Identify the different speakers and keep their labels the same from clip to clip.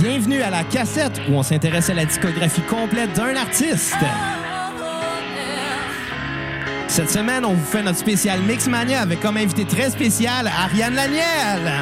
Speaker 1: Bienvenue à la cassette où on s'intéresse à la discographie complète d'un artiste. Cette semaine, on vous fait notre spécial Mixmania avec comme invité très spécial Ariane Laniel.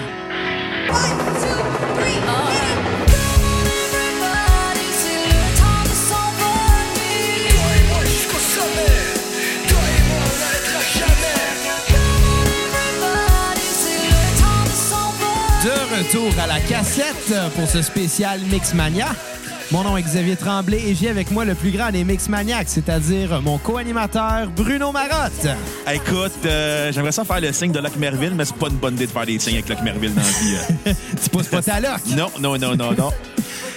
Speaker 1: De retour à la cassette pour ce spécial Mixmania. Mon nom est Xavier Tremblay et j'ai avec moi le plus grand des Mixmaniacs, c'est-à-dire mon co-animateur Bruno Marotte.
Speaker 2: Écoute, euh, j'aimerais ça faire le signe de Locke Merville, mais c'est pas une bonne idée de faire des signes avec Locke Merville dans la vie. euh.
Speaker 1: Tu pousses pas ta loque.
Speaker 2: Non, non, non, non, non.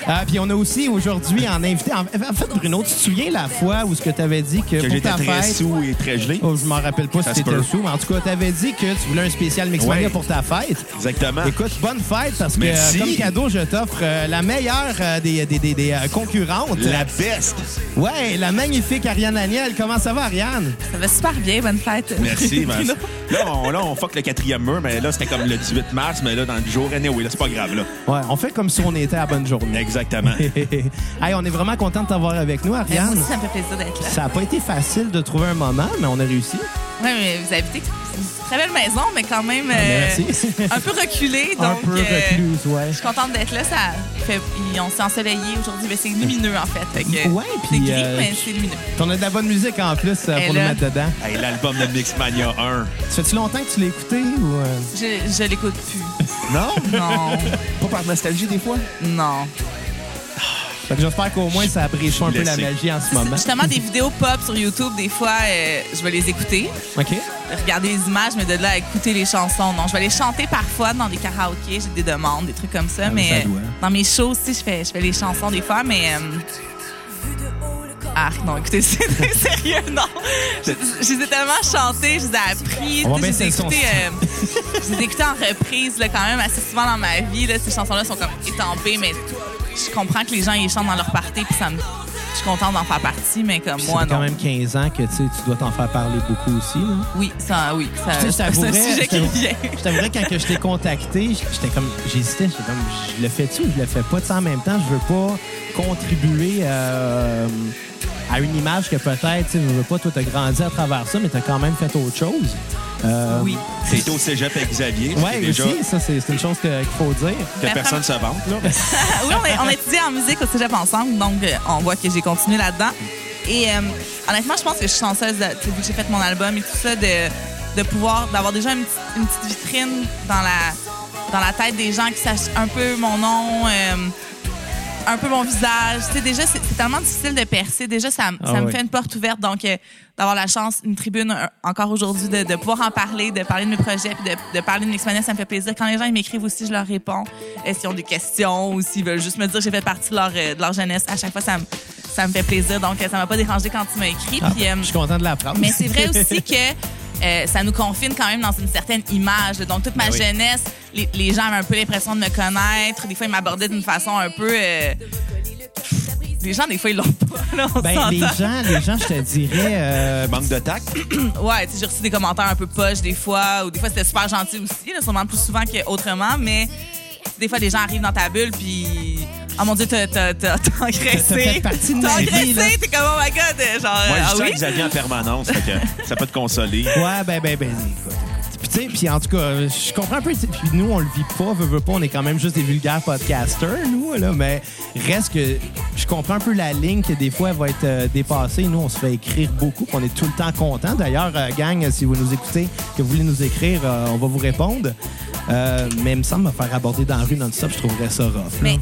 Speaker 1: Ah, puis on a aussi aujourd'hui en invité. En en fait, Bruno, tu te souviens la fois où ce que tu avais dit que,
Speaker 2: Que
Speaker 1: pour
Speaker 2: j'étais
Speaker 1: ta
Speaker 2: très
Speaker 1: fête.
Speaker 2: sous et très gelé.
Speaker 1: Oh, je m'en rappelle pas
Speaker 2: Ça
Speaker 1: si
Speaker 2: se
Speaker 1: t'étais
Speaker 2: peut.
Speaker 1: sous, mais en tout cas, t'avais dit que tu voulais un spécial Mixmania
Speaker 2: Ouais.
Speaker 1: pour ta fête.
Speaker 2: Exactement.
Speaker 3: Ah.
Speaker 1: Écoute, bonne fête parce que
Speaker 2: Merci.
Speaker 1: euh, comme cadeau, je t'offre euh, la meilleure euh, des, des, des- des, euh, concurrentes.
Speaker 2: La best.
Speaker 1: Ouais, la magnifique Ariane Daniel. Comment ça va, Ariane?
Speaker 3: Ça va super bien, bonne fête.
Speaker 2: Merci, Vince.
Speaker 3: Bruno.
Speaker 2: Là on, là, on fuck le quatrième mur, mais là, c'était comme le 18 mars, mais là, dans le jour, anyway, là, c'est pas grave, là.
Speaker 1: Ouais, on fait comme si on était à bonne journée.
Speaker 2: Exactement.
Speaker 1: hey, on est vraiment content de t'avoir avec nous,
Speaker 3: Ben, moi
Speaker 1: Ariane.
Speaker 3: aussi, ça me fait plaisir d'être là.
Speaker 1: Ça n'a pas été facile de trouver un moment, mais on a réussi.
Speaker 3: Oui, mais vous habitez une très belle maison, mais quand même euh,
Speaker 1: Ah, merci.
Speaker 3: un peu reculée.
Speaker 1: Un
Speaker 3: Donc,
Speaker 1: peu
Speaker 3: euh,
Speaker 1: recluse, ouais.
Speaker 3: Je suis contente d'être là. Ça fait, ils- on s'est ensoleillé aujourd'hui, mais c'est lumineux en fait. Fait que
Speaker 1: Ouais, puis,
Speaker 3: c'est gris,
Speaker 1: euh,
Speaker 3: mais c'est lumineux.
Speaker 1: T'en as de la bonne musique en plus euh,
Speaker 3: Elle
Speaker 1: pour nous
Speaker 3: a-
Speaker 1: mettre dedans.
Speaker 2: Hey, l'album de Mixmania 1.
Speaker 1: Ça fait-tu longtemps que tu l'as écouté ou. euh?
Speaker 3: Je, je l'écoute plus.
Speaker 2: Non?
Speaker 3: Non,
Speaker 2: Pas par nostalgie, des fois?
Speaker 3: non.
Speaker 1: Fait que j'espère qu'au moins ça brise un peu la
Speaker 2: Blessé.
Speaker 1: magie en ce moment.
Speaker 3: Justement, des vidéos pop sur YouTube, des fois, euh, je vais les écouter,
Speaker 1: OK?
Speaker 3: regarder les images, mais de là à écouter les chansons, non. Je vais les chanter parfois dans des karaokés, j'ai des demandes, des trucs comme ça, mais
Speaker 1: Ah, ça
Speaker 3: euh,
Speaker 1: doit. hein.
Speaker 3: dans mes shows aussi, je fais, je fais les chansons des fois, mais... euh, Ah, non, écoutez, c'est c'est sérieux, non. Je, je les ai tellement chantés, je les ai appris.
Speaker 1: On va
Speaker 3: tu
Speaker 1: baisser
Speaker 3: sais, je les ai
Speaker 1: le son,
Speaker 3: écoutés, euh, je les ai écoutés en reprise, là, quand même, assez souvent dans ma vie. Là, ces chansons-là sont comme étampées, mais je comprends que les gens ils chantent dans leur party, puis ça me. Je suis contente d'en faire partie, mais comme
Speaker 1: Puis
Speaker 3: moi,
Speaker 1: c'est quand
Speaker 3: non.
Speaker 1: même 15 ans que tu sais, tu dois t'en faire parler beaucoup aussi. là.
Speaker 3: Oui, ça, oui. ça-
Speaker 1: Tu sais,
Speaker 3: C'est un sujet qui me vient.
Speaker 1: je t'avouerais, quand que je t'ai contacté, j'étais comme, j'hésitais, j'étais comme, je le fais-tu ou je le fais pas? Tu sais, en même temps, je veux pas contribuer euh, à une image que peut-être, tu sais, je veux pas, toi, t'as grandi à travers ça, mais t'as quand même fait autre chose. Euh,
Speaker 3: Oui.
Speaker 2: C'était au cégep avec Xavier.
Speaker 1: Ouais,
Speaker 2: c'est déjà
Speaker 1: aussi, ça, c'est c'est une chose que- qu'il faut dire.
Speaker 2: que personne se vante, là.
Speaker 3: Ah, oui, on, est- on étudie en musique au cégep ensemble, donc euh, on voit que j'ai continué là-dedans. Et euh, honnêtement, je pense que je suis chanceuse, de- tu sais, vu que j'ai fait mon album et tout ça, de, de pouvoir, d'avoir déjà une, petite- une petite vitrine dans la, dans la tête des gens qui sachent un peu mon nom. euh, un peu mon visage. Tu sais, déjà, c'est c'est tellement difficile de percer. Déjà, ça, m-
Speaker 1: Ah
Speaker 3: ça me
Speaker 1: oui.
Speaker 3: fait une porte ouverte. Donc, euh, d'avoir la chance, une tribune un- encore aujourd'hui, de, de pouvoir en parler, de parler de mes projets, puis de, de parler de Mixmania, ça me fait plaisir. Quand les gens ils m'écrivent aussi, je leur réponds. Euh, s'ils ont des questions ou s'ils veulent juste me dire que j'ai fait partie de leur, euh, de leur jeunesse, à chaque fois, ça me, ça me fait plaisir. Donc, euh, ça m'a pas dérangé quand tu m'as écrit.
Speaker 1: Ah,
Speaker 3: Puis, euh,
Speaker 1: je suis content de l'apprendre.
Speaker 3: mais c'est vrai aussi que euh, ça nous confine quand même dans une certaine image. là. Donc, toute ma
Speaker 2: Ben oui.
Speaker 3: jeunesse, les, les gens avaient un peu l'impression de me connaître. Des fois, ils m'abordaient d'une façon un peu. euh, Les gens, des fois, ils l'ont pas. là, on
Speaker 1: Ben,
Speaker 3: s'entend.
Speaker 1: les gens, les gens, je te dirais, euh,
Speaker 2: Manque de tact.
Speaker 3: Ouais, tu sais, j'ai reçu des commentaires un peu poches des fois, ou des fois, c'était super gentil aussi, là, sûrement plus souvent qu'autrement, mais des fois, les gens arrivent dans ta bulle, puis. Oh mon Dieu, t'as t'as- t'as- t'as engraissé.
Speaker 1: T'as fait partie de ma
Speaker 3: T'as
Speaker 1: vie,
Speaker 3: engraissé,
Speaker 1: là.
Speaker 3: T'es comme, oh my god, euh, genre,
Speaker 2: Moi, je
Speaker 3: ah
Speaker 2: dis ça à
Speaker 3: oui?
Speaker 2: Xavier en permanence, fait que ça peut te consoler.
Speaker 1: Ouais, ben, ben, ben, écoute. Puis, tu sais, puis en tout cas, euh, je comprends un peu. tu sais, Puis nous, on le vit pas, veut, veut pas. On est quand même juste des vulgaires podcasters, nous, là. Mais reste que je comprends un peu la ligne que des fois, elle va être euh, dépassée. Nous, on se fait écrire beaucoup. puis on est tout le temps content. D'ailleurs, euh, gang, si vous nous écoutez, que vous voulez nous écrire, euh, on va vous répondre. Euh, mais il me semble me faire aborder dans la rue non-stop, je trouverais ça rough.
Speaker 3: Mais
Speaker 1: là.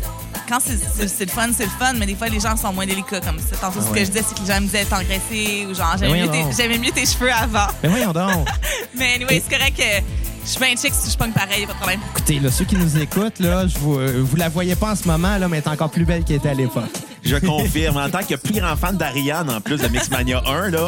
Speaker 3: quand c'est- c'est c'est le fun, c'est le fun, mais des fois, les gens sont moins délicats comme ça. Tantôt, ce
Speaker 1: ouais.
Speaker 3: que je disais, c'est que les gens me disaient t'engraisser ou genre,
Speaker 1: Ben
Speaker 3: j'aimais mieux,
Speaker 1: voyons
Speaker 3: tes-
Speaker 1: donc.
Speaker 3: j'aimais mieux tes cheveux avant.
Speaker 1: Mais voyons donc.
Speaker 3: Mais anyway, c'est correct que je suis bien chic si je pogne pareil, y a pas de problème.
Speaker 1: Écoutez, là, ceux qui nous écoutent, là, je vous, euh, vous la voyez pas en ce moment, là, mais elle est encore plus belle qu'elle était à l'époque.
Speaker 2: Je confirme. En tant que pire enfant d'Ariane, en plus de Mixmania 1, là,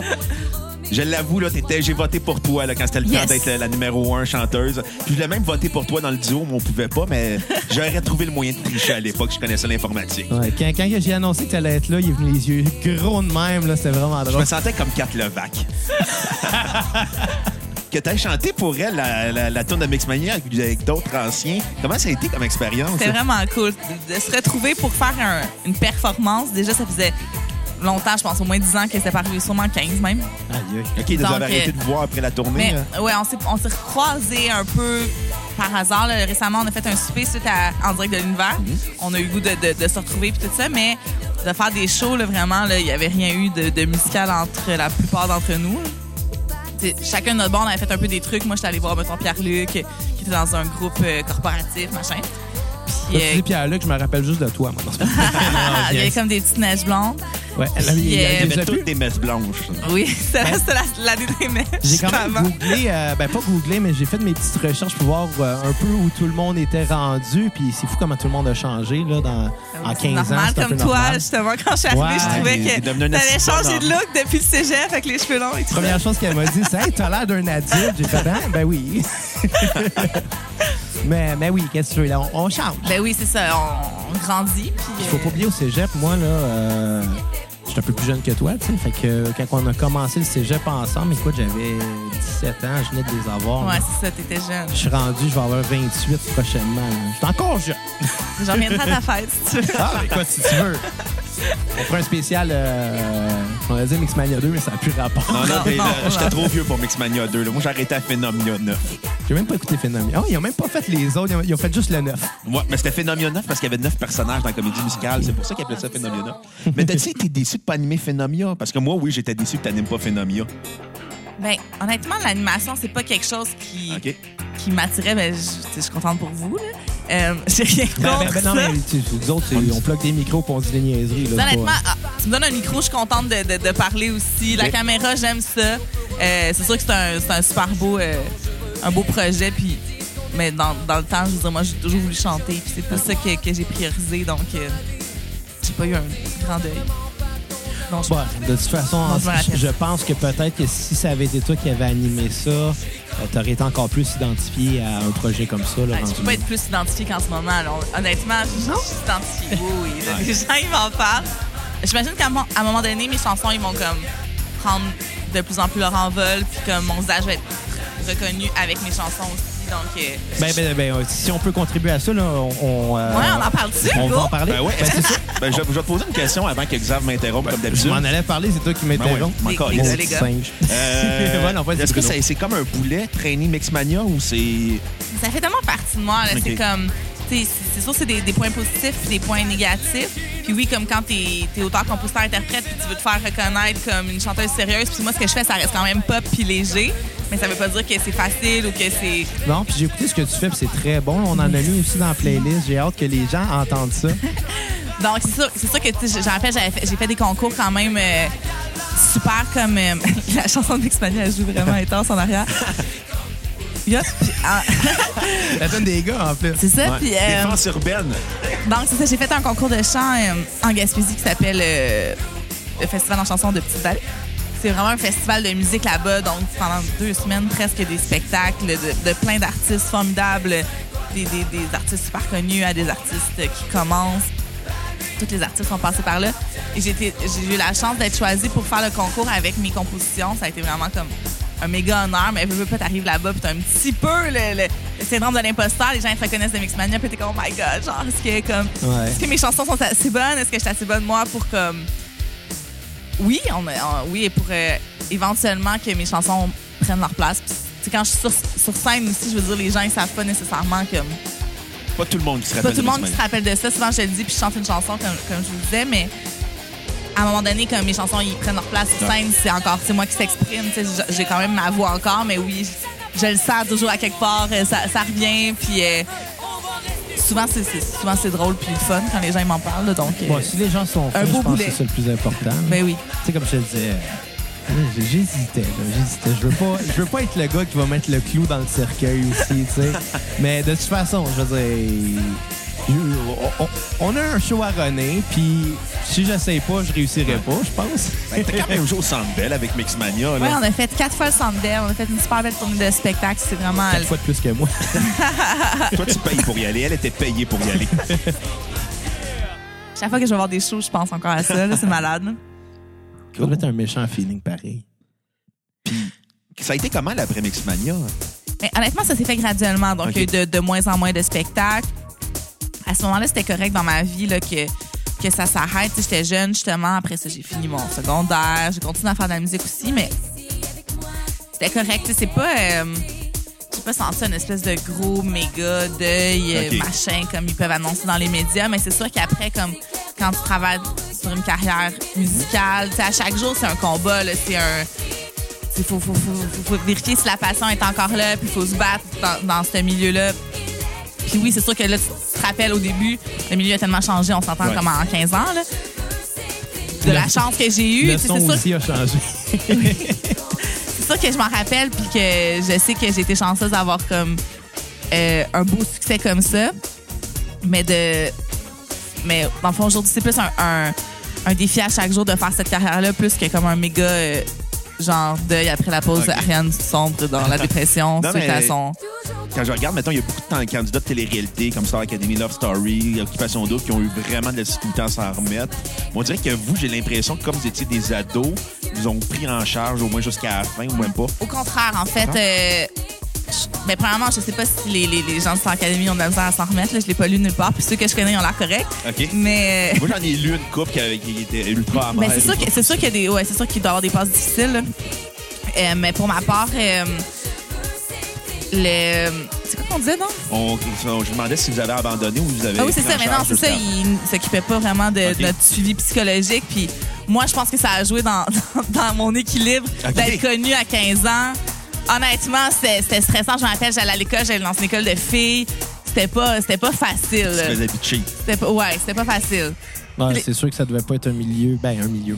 Speaker 2: je l'avoue, là, t'étais- j'ai voté pour toi là, quand c'était le temps
Speaker 3: Yes.
Speaker 2: d'être la, la numéro 1 chanteuse. Puis je l'ai même voté pour toi dans le duo, mais on pouvait pas, mais j'aurais trouvé le moyen de tricher à l'époque. Je connaissais l'informatique.
Speaker 1: Ouais, quand quand j'ai annoncé que t'allais être là, il est venu les yeux gros de même, là, c'était vraiment
Speaker 2: Je
Speaker 1: drôle.
Speaker 2: me sentais comme Kat Levac. que tu as chanté pour elle la, la, la tourne de Mixmania avec, avec d'autres anciens. Comment ça a été comme expérience?
Speaker 3: C'était vraiment cool de de se retrouver pour faire un- une performance. Déjà, ça faisait longtemps, je pense, au moins 10 ans que c'était pas arrivé, sûrement 15 même.
Speaker 1: Aïe, aïe.
Speaker 2: OK, ils nous
Speaker 3: Donc,
Speaker 2: avaient arrêté
Speaker 3: euh,
Speaker 2: de voir après la tournée. hein.
Speaker 3: Mais ouais, on s'est, on s'est recroisés un peu par hasard. là. Récemment, on a fait un souper suite à En direct de l'univers. On a eu le goût de, de- de se retrouver puis tout ça, mais de faire des shows, là, vraiment, là, il n'y avait rien eu de, de musical entre la plupart d'entre nous. là. T'sais, chacun de notre bord, on avait fait un peu des trucs. Moi, j'étais allée voir, mettons, Pierre-Luc, qui était dans un groupe euh, corporatif, machin. Puis,
Speaker 1: Quand tu
Speaker 3: euh,
Speaker 1: dis Pierre-Luc, je me rappelle juste de toi, moi. Non, c'est pas-
Speaker 3: Ah, il y avait comme des petites neiges blondes.
Speaker 1: ouais, elle avait- il y avait
Speaker 3: euh,
Speaker 2: Il y
Speaker 1: déjà
Speaker 2: avait
Speaker 1: plus.
Speaker 2: toutes des messes blanches.
Speaker 3: Oui, ça reste la- l'année des neiges.
Speaker 1: Ben, J'ai quand même
Speaker 3: avant.
Speaker 1: googlé, euh, ben pas googlé, mais j'ai fait mes petites recherches pour voir euh, un peu où tout le monde était rendu. Puis c'est fou comment tout le monde a changé là, dans, en 15 ans.
Speaker 3: Ah normal
Speaker 1: c'est un
Speaker 3: comme
Speaker 1: peu
Speaker 3: toi,
Speaker 1: normal.
Speaker 3: justement, quand je suis arrivée,
Speaker 1: Ouais.
Speaker 3: je
Speaker 2: Il est
Speaker 3: trouvais que
Speaker 2: devenu un
Speaker 3: t'avais
Speaker 2: assistant,
Speaker 3: changé de
Speaker 2: hein.
Speaker 3: look depuis le cégep avec les cheveux longs et tout ça.
Speaker 1: Première chose qu'elle m'a dit, c'est Hey, t'as l'air d'un adulte. J'ai fait Ah, ben oui. mais, mais oui, qu'est-ce que tu veux là? On, on change.
Speaker 3: Ben oui, c'est ça, on, on grandit.
Speaker 1: Il
Speaker 3: Puis,
Speaker 1: faut pas oublier au cégep, moi, là, euh, je suis un peu plus jeune que toi, tu sais. Fait que euh, quand on a commencé le cégep ensemble, écoute, j'avais 17 ans, je venais de les avoir.
Speaker 3: euh, Ouais,
Speaker 1: là.
Speaker 3: c'est ça, t'étais jeune.
Speaker 1: Je suis rendu, je vais avoir 28 prochainement. là. Je suis encore jeune.
Speaker 3: J'en reviendrai à ta fête, si tu veux.
Speaker 1: Ah, mais quoi, si tu veux. On prend un spécial, euh, on va dire Mixmania 2, mais ça n'a plus rapport.
Speaker 2: Non, non,
Speaker 3: Non,
Speaker 2: mais
Speaker 3: non,
Speaker 2: là,
Speaker 3: non.
Speaker 2: j'étais trop vieux pour Mixmania 2. là. Moi, j'ai arrêté à Phénomia 9.
Speaker 1: J'ai même pas écouté Phénomène. Oh, ils n'ont même pas fait les autres, ils ont, ils ont fait juste le 9.
Speaker 2: Ouais, mais c'était Phénomia 9 parce qu'il y avait 9 personnages dans la comédie musicale. C'est pour ça qu'ils appelaient ça Phénomia 9. Mais t'as-tu été déçu de pas animer Phénomia? Parce que moi, oui, j'étais déçu que t'animes pas Phénomia.
Speaker 3: Ben, honnêtement, l'animation, c'est pas quelque chose qui,
Speaker 2: OK?
Speaker 3: qui m'attirait. Ben, je tu sais, je suis contente pour vous, là. Euh, J'ai rien
Speaker 1: Ben,
Speaker 3: contre
Speaker 1: ben, ben,
Speaker 3: ça.
Speaker 1: non, mais tu- vous autres, c'est- on bloque des micros pour on dit des niaiseries. Là, c'est
Speaker 3: Honnêtement,
Speaker 1: pas-
Speaker 3: ah, tu me donnes un micro, je suis contente de, de- de parler aussi. La
Speaker 2: Ok.
Speaker 3: caméra, j'aime ça. Euh, c'est sûr que c'est un, c'est un super beau, euh, un beau projet. Puis, mais dans, dans le temps, je veux dire, moi, j'ai toujours voulu chanter. Puis c'est tout ça que, que j'ai priorisé. Donc, euh, j'ai pas eu un grand deuil. Non, je
Speaker 1: Bon, de toute façon,
Speaker 3: On se voit à la
Speaker 1: je,
Speaker 3: tête.
Speaker 1: je pense que peut-être que si ça avait été toi qui avais animé ça, euh, t'aurais été encore plus identifié à un projet comme ça. Là,
Speaker 3: Ouais,
Speaker 1: rendu
Speaker 3: je Ben, peux pas être plus identifiée qu'en ce moment. là. On- Honnêtement, je je suis identifiée. Oui, oui. là, Les gens, ils m'en parlent. J'imagine qu'à mon- à un moment donné, mes chansons, ils vont comme prendre de plus en plus leur envol, puis comme mon visage va être reconnu avec mes chansons aussi. Donc, euh,
Speaker 1: là. Ben, ben, ben, euh, si on peut contribuer à ça, là, on, on, euh,
Speaker 3: ouais, on en parle-tu,
Speaker 1: on va
Speaker 3: gros?
Speaker 1: en parler.
Speaker 2: Ben ouais,
Speaker 1: Ben,
Speaker 2: est-ce que
Speaker 1: c'est ça. Ben,
Speaker 2: Ben, je, je vais te poser une question avant que Xav m'interrompe comme
Speaker 1: Je
Speaker 2: d'habitude.
Speaker 1: m'en allais parler, c'est toi qui
Speaker 2: Ben ouais,
Speaker 1: m'interromps.
Speaker 2: m'en
Speaker 3: Les-
Speaker 2: calisse.
Speaker 1: Mon
Speaker 3: Désolé,
Speaker 1: petit
Speaker 3: gars.
Speaker 1: singe.
Speaker 2: Euh,
Speaker 1: Voilà, vas-y,
Speaker 2: Est-ce que
Speaker 1: Bruno.
Speaker 2: c'est c'est comme un boulet traîné Mixmania ou c'est.
Speaker 3: Ça fait tellement partie de moi. là.
Speaker 2: Ok.
Speaker 3: C'est comme. tu sais, C'est c'est sûr c'est des, des points positifs puis des points négatifs. Puis oui, comme quand t'es es auteur, compositeur, interprète, puis tu veux te faire reconnaître comme une chanteuse sérieuse, puis moi, ce que je fais, ça reste quand même pop puis léger. Mais ça veut pas dire que c'est facile ou que c'est.
Speaker 1: Non, puis j'ai écouté ce que tu fais, puis c'est très bon. On en a mis aussi dans la playlist. J'ai hâte que les gens entendent ça.
Speaker 3: Donc, c'est sûr, c'est sûr que, tu sais, j'en rappelle, j'avais fait- j'ai fait des concours quand même euh, super comme. euh, la chanson de Mixmania, elle joue vraiment intense en arrière. Yup, puis, ah,
Speaker 1: Ça donne des gars, en plus.
Speaker 3: c'est ça,
Speaker 2: Ouais.
Speaker 3: puis. euh,
Speaker 2: Défense urbaine.
Speaker 3: Donc, c'est ça, j'ai fait un concours de chant euh, en Gaspésie qui s'appelle euh, le Festival en chanson de Petite Vallée. C'est vraiment un festival de musique là-bas, donc pendant deux semaines, presque des spectacles de, de plein d'artistes formidables, des, des- des artistes super connus à des artistes qui commencent. Tous les artistes sont passés par là. Et j'ai été- j'ai eu la chance d'être choisie pour faire le concours avec mes compositions. Ça a été vraiment comme un méga honneur, mais veux, veux pas, t'arrives là-bas, puis t'as un petit peu le, le- le syndrome de l'imposteur. Les gens, ils te reconnaissent de Mixmania, puis t'es comme, oh my god, genre, est-ce que, comme,
Speaker 1: Ouais.
Speaker 3: est-ce que mes chansons sont assez bonnes? Est-ce que je suis assez bonne, moi, pour comme. Oui, on, a- on- oui, et pour euh, éventuellement que mes chansons prennent leur place. Puis, tu sais, quand je suis sur, sur scène aussi, je veux dire, les gens, ils savent pas nécessairement comme.
Speaker 2: Pas tout le monde qui se
Speaker 3: Pas
Speaker 2: rappelle.
Speaker 3: tout le
Speaker 2: de
Speaker 3: monde qui se
Speaker 2: Mixmania.
Speaker 3: rappelle de ça. Souvent, je le dis, puis je chante une chanson, comme, comme je vous disais, mais à un moment donné, quand mes chansons ils prennent leur place sur
Speaker 2: Ouais.
Speaker 3: scène, c'est encore c'est moi qui s'exprime. tu sais, j- J'ai quand même ma voix encore, mais oui, je, je le sens toujours à quelque part. euh, Ça, ça revient, puis euh, souvent, c'est- c'est souvent, c'est drôle, puis le fun quand les gens ils m'en parlent. là, donc, euh,
Speaker 1: Bon, si les gens sont fans, je
Speaker 3: beau
Speaker 1: pense
Speaker 3: boulet.
Speaker 1: que c'est ça le plus important.
Speaker 3: ben oui.
Speaker 1: Tu sais, comme je te le disais, euh, j'hésitais, là, j'hésitais. Je veux pas, je veux pas être le gars qui va mettre le clou dans le cercueil aussi, tu sais. Mais de toute façon, je veux dire, je- on- on, on a un show à René, puis si j'essaye pas, je réussirai pas, je pense.
Speaker 2: Ben, T'as quand même joué au Centre Bell avec Mixmania. là.
Speaker 3: Ouais, on a fait quatre fois le Sandel, on a fait une super belle tournée de spectacle, c'est vraiment.
Speaker 1: Quatre fois de plus que moi.
Speaker 2: Toi, tu payes pour y aller. Elle était payée pour y aller.
Speaker 3: Chaque fois que je vais voir des shows, je pense encore à ça, là, c'est malade. là.
Speaker 1: Ça doit être un méchant feeling pareil.
Speaker 2: Ça a été comment l'après Mixmania?
Speaker 3: Mais honnêtement, ça s'est fait graduellement. Donc,
Speaker 2: Ok.
Speaker 3: il y a eu de, de moins en moins de spectacles. À ce moment-là, c'était correct dans ma vie là, que, que ça s'arrête. Tu sais, J'étais jeune, justement. Après ça, j'ai fini mon secondaire. J'ai continué à faire de la musique aussi, mais c'était correct. Tu sais, C'est pas. euh, j'ai pas senti une espèce de gros méga deuil, euh,
Speaker 2: Ok.
Speaker 3: machin, comme ils peuvent annoncer dans les médias. Mais c'est sûr qu'après, comme quand tu travailles sur une carrière musicale, tu sais, à chaque jour, c'est un combat. là. C'est un. Il faut, faut- faut- faut- faut vérifier si la passion est encore là, puis il faut se battre dans, dans ce milieu-là. Puis oui, c'est sûr que là, tu te rappelles au début, le milieu a tellement changé, on s'entend
Speaker 2: Ouais.
Speaker 3: comme en 15 ans. Là. De la
Speaker 1: Le-
Speaker 3: chance que j'ai eue,
Speaker 1: Le
Speaker 3: tu sais,
Speaker 1: son
Speaker 3: c'est sûr,
Speaker 1: aussi a changé.
Speaker 3: c'est sûr que je m'en rappelle, puis que je sais que j'ai été chanceuse d'avoir comme euh, un beau succès comme ça. Mais de. Mais dans le fond, aujourd'hui, c'est plus un, un- un défi à chaque jour de faire cette carrière-là, plus que comme un méga. euh, genre deuil après la pause
Speaker 2: Ok.
Speaker 3: de Ariane sombre dans la dépression
Speaker 2: Non,
Speaker 3: suite
Speaker 2: mais-
Speaker 3: à son
Speaker 2: Quand je regarde, maintenant, il y a beaucoup de temps- candidats de télé-réalité comme Star Academy, Love Story, Occupation Double qui ont eu vraiment de la difficulté à s'en remettre. On dirait que vous, j'ai l'impression que comme vous étiez des ados, ils vous ont pris en charge au moins jusqu'à la fin ou même pas.
Speaker 3: Au contraire, en fait. euh, je- ben, premièrement, je sais pas si les, les- les gens de Star Academy ont de la misère à s'en remettre. Là, je l'ai pas lu nulle part. Puis ceux que je connais, ils ont l'air corrects.
Speaker 2: OK?
Speaker 3: Mais, euh,
Speaker 2: Moi, j'en ai lu une coupe qui, avait- qui était ultra amère.
Speaker 3: mais c'est sûr que- c'est sûr qu'il y a des, ouais, c'est sûr qu'il doit y avoir des passes difficiles. là. Euh, mais pour ma part, euh, le, c'est quoi qu'on disait, non?
Speaker 2: On- on- je me demandais si vous avez abandonné ou vous avez.
Speaker 3: Ah oui, c'est
Speaker 2: pris
Speaker 3: ça,
Speaker 2: en
Speaker 3: mais non,
Speaker 2: charge
Speaker 3: c'est ça,
Speaker 2: jusqu'à-
Speaker 3: il ne s'occupait pas vraiment de
Speaker 2: Ok.
Speaker 3: notre suivi psychologique. Puis moi, je pense que ça a joué dans, dans, dans mon équilibre
Speaker 2: Ok.
Speaker 3: d'être connue à 15 ans. Honnêtement, c'était c'était stressant. Je me rappelle, j'allais à l'école, j'allais dans une école de filles. C'était pas, c'était pas
Speaker 2: Tu te
Speaker 3: facile.
Speaker 2: faisais bitcher.
Speaker 3: C'était pas, ouais, c'était pas facile.
Speaker 1: Ouais,
Speaker 3: Les-
Speaker 1: c'est sûr que ça devait pas être un milieu. Ben, un milieu.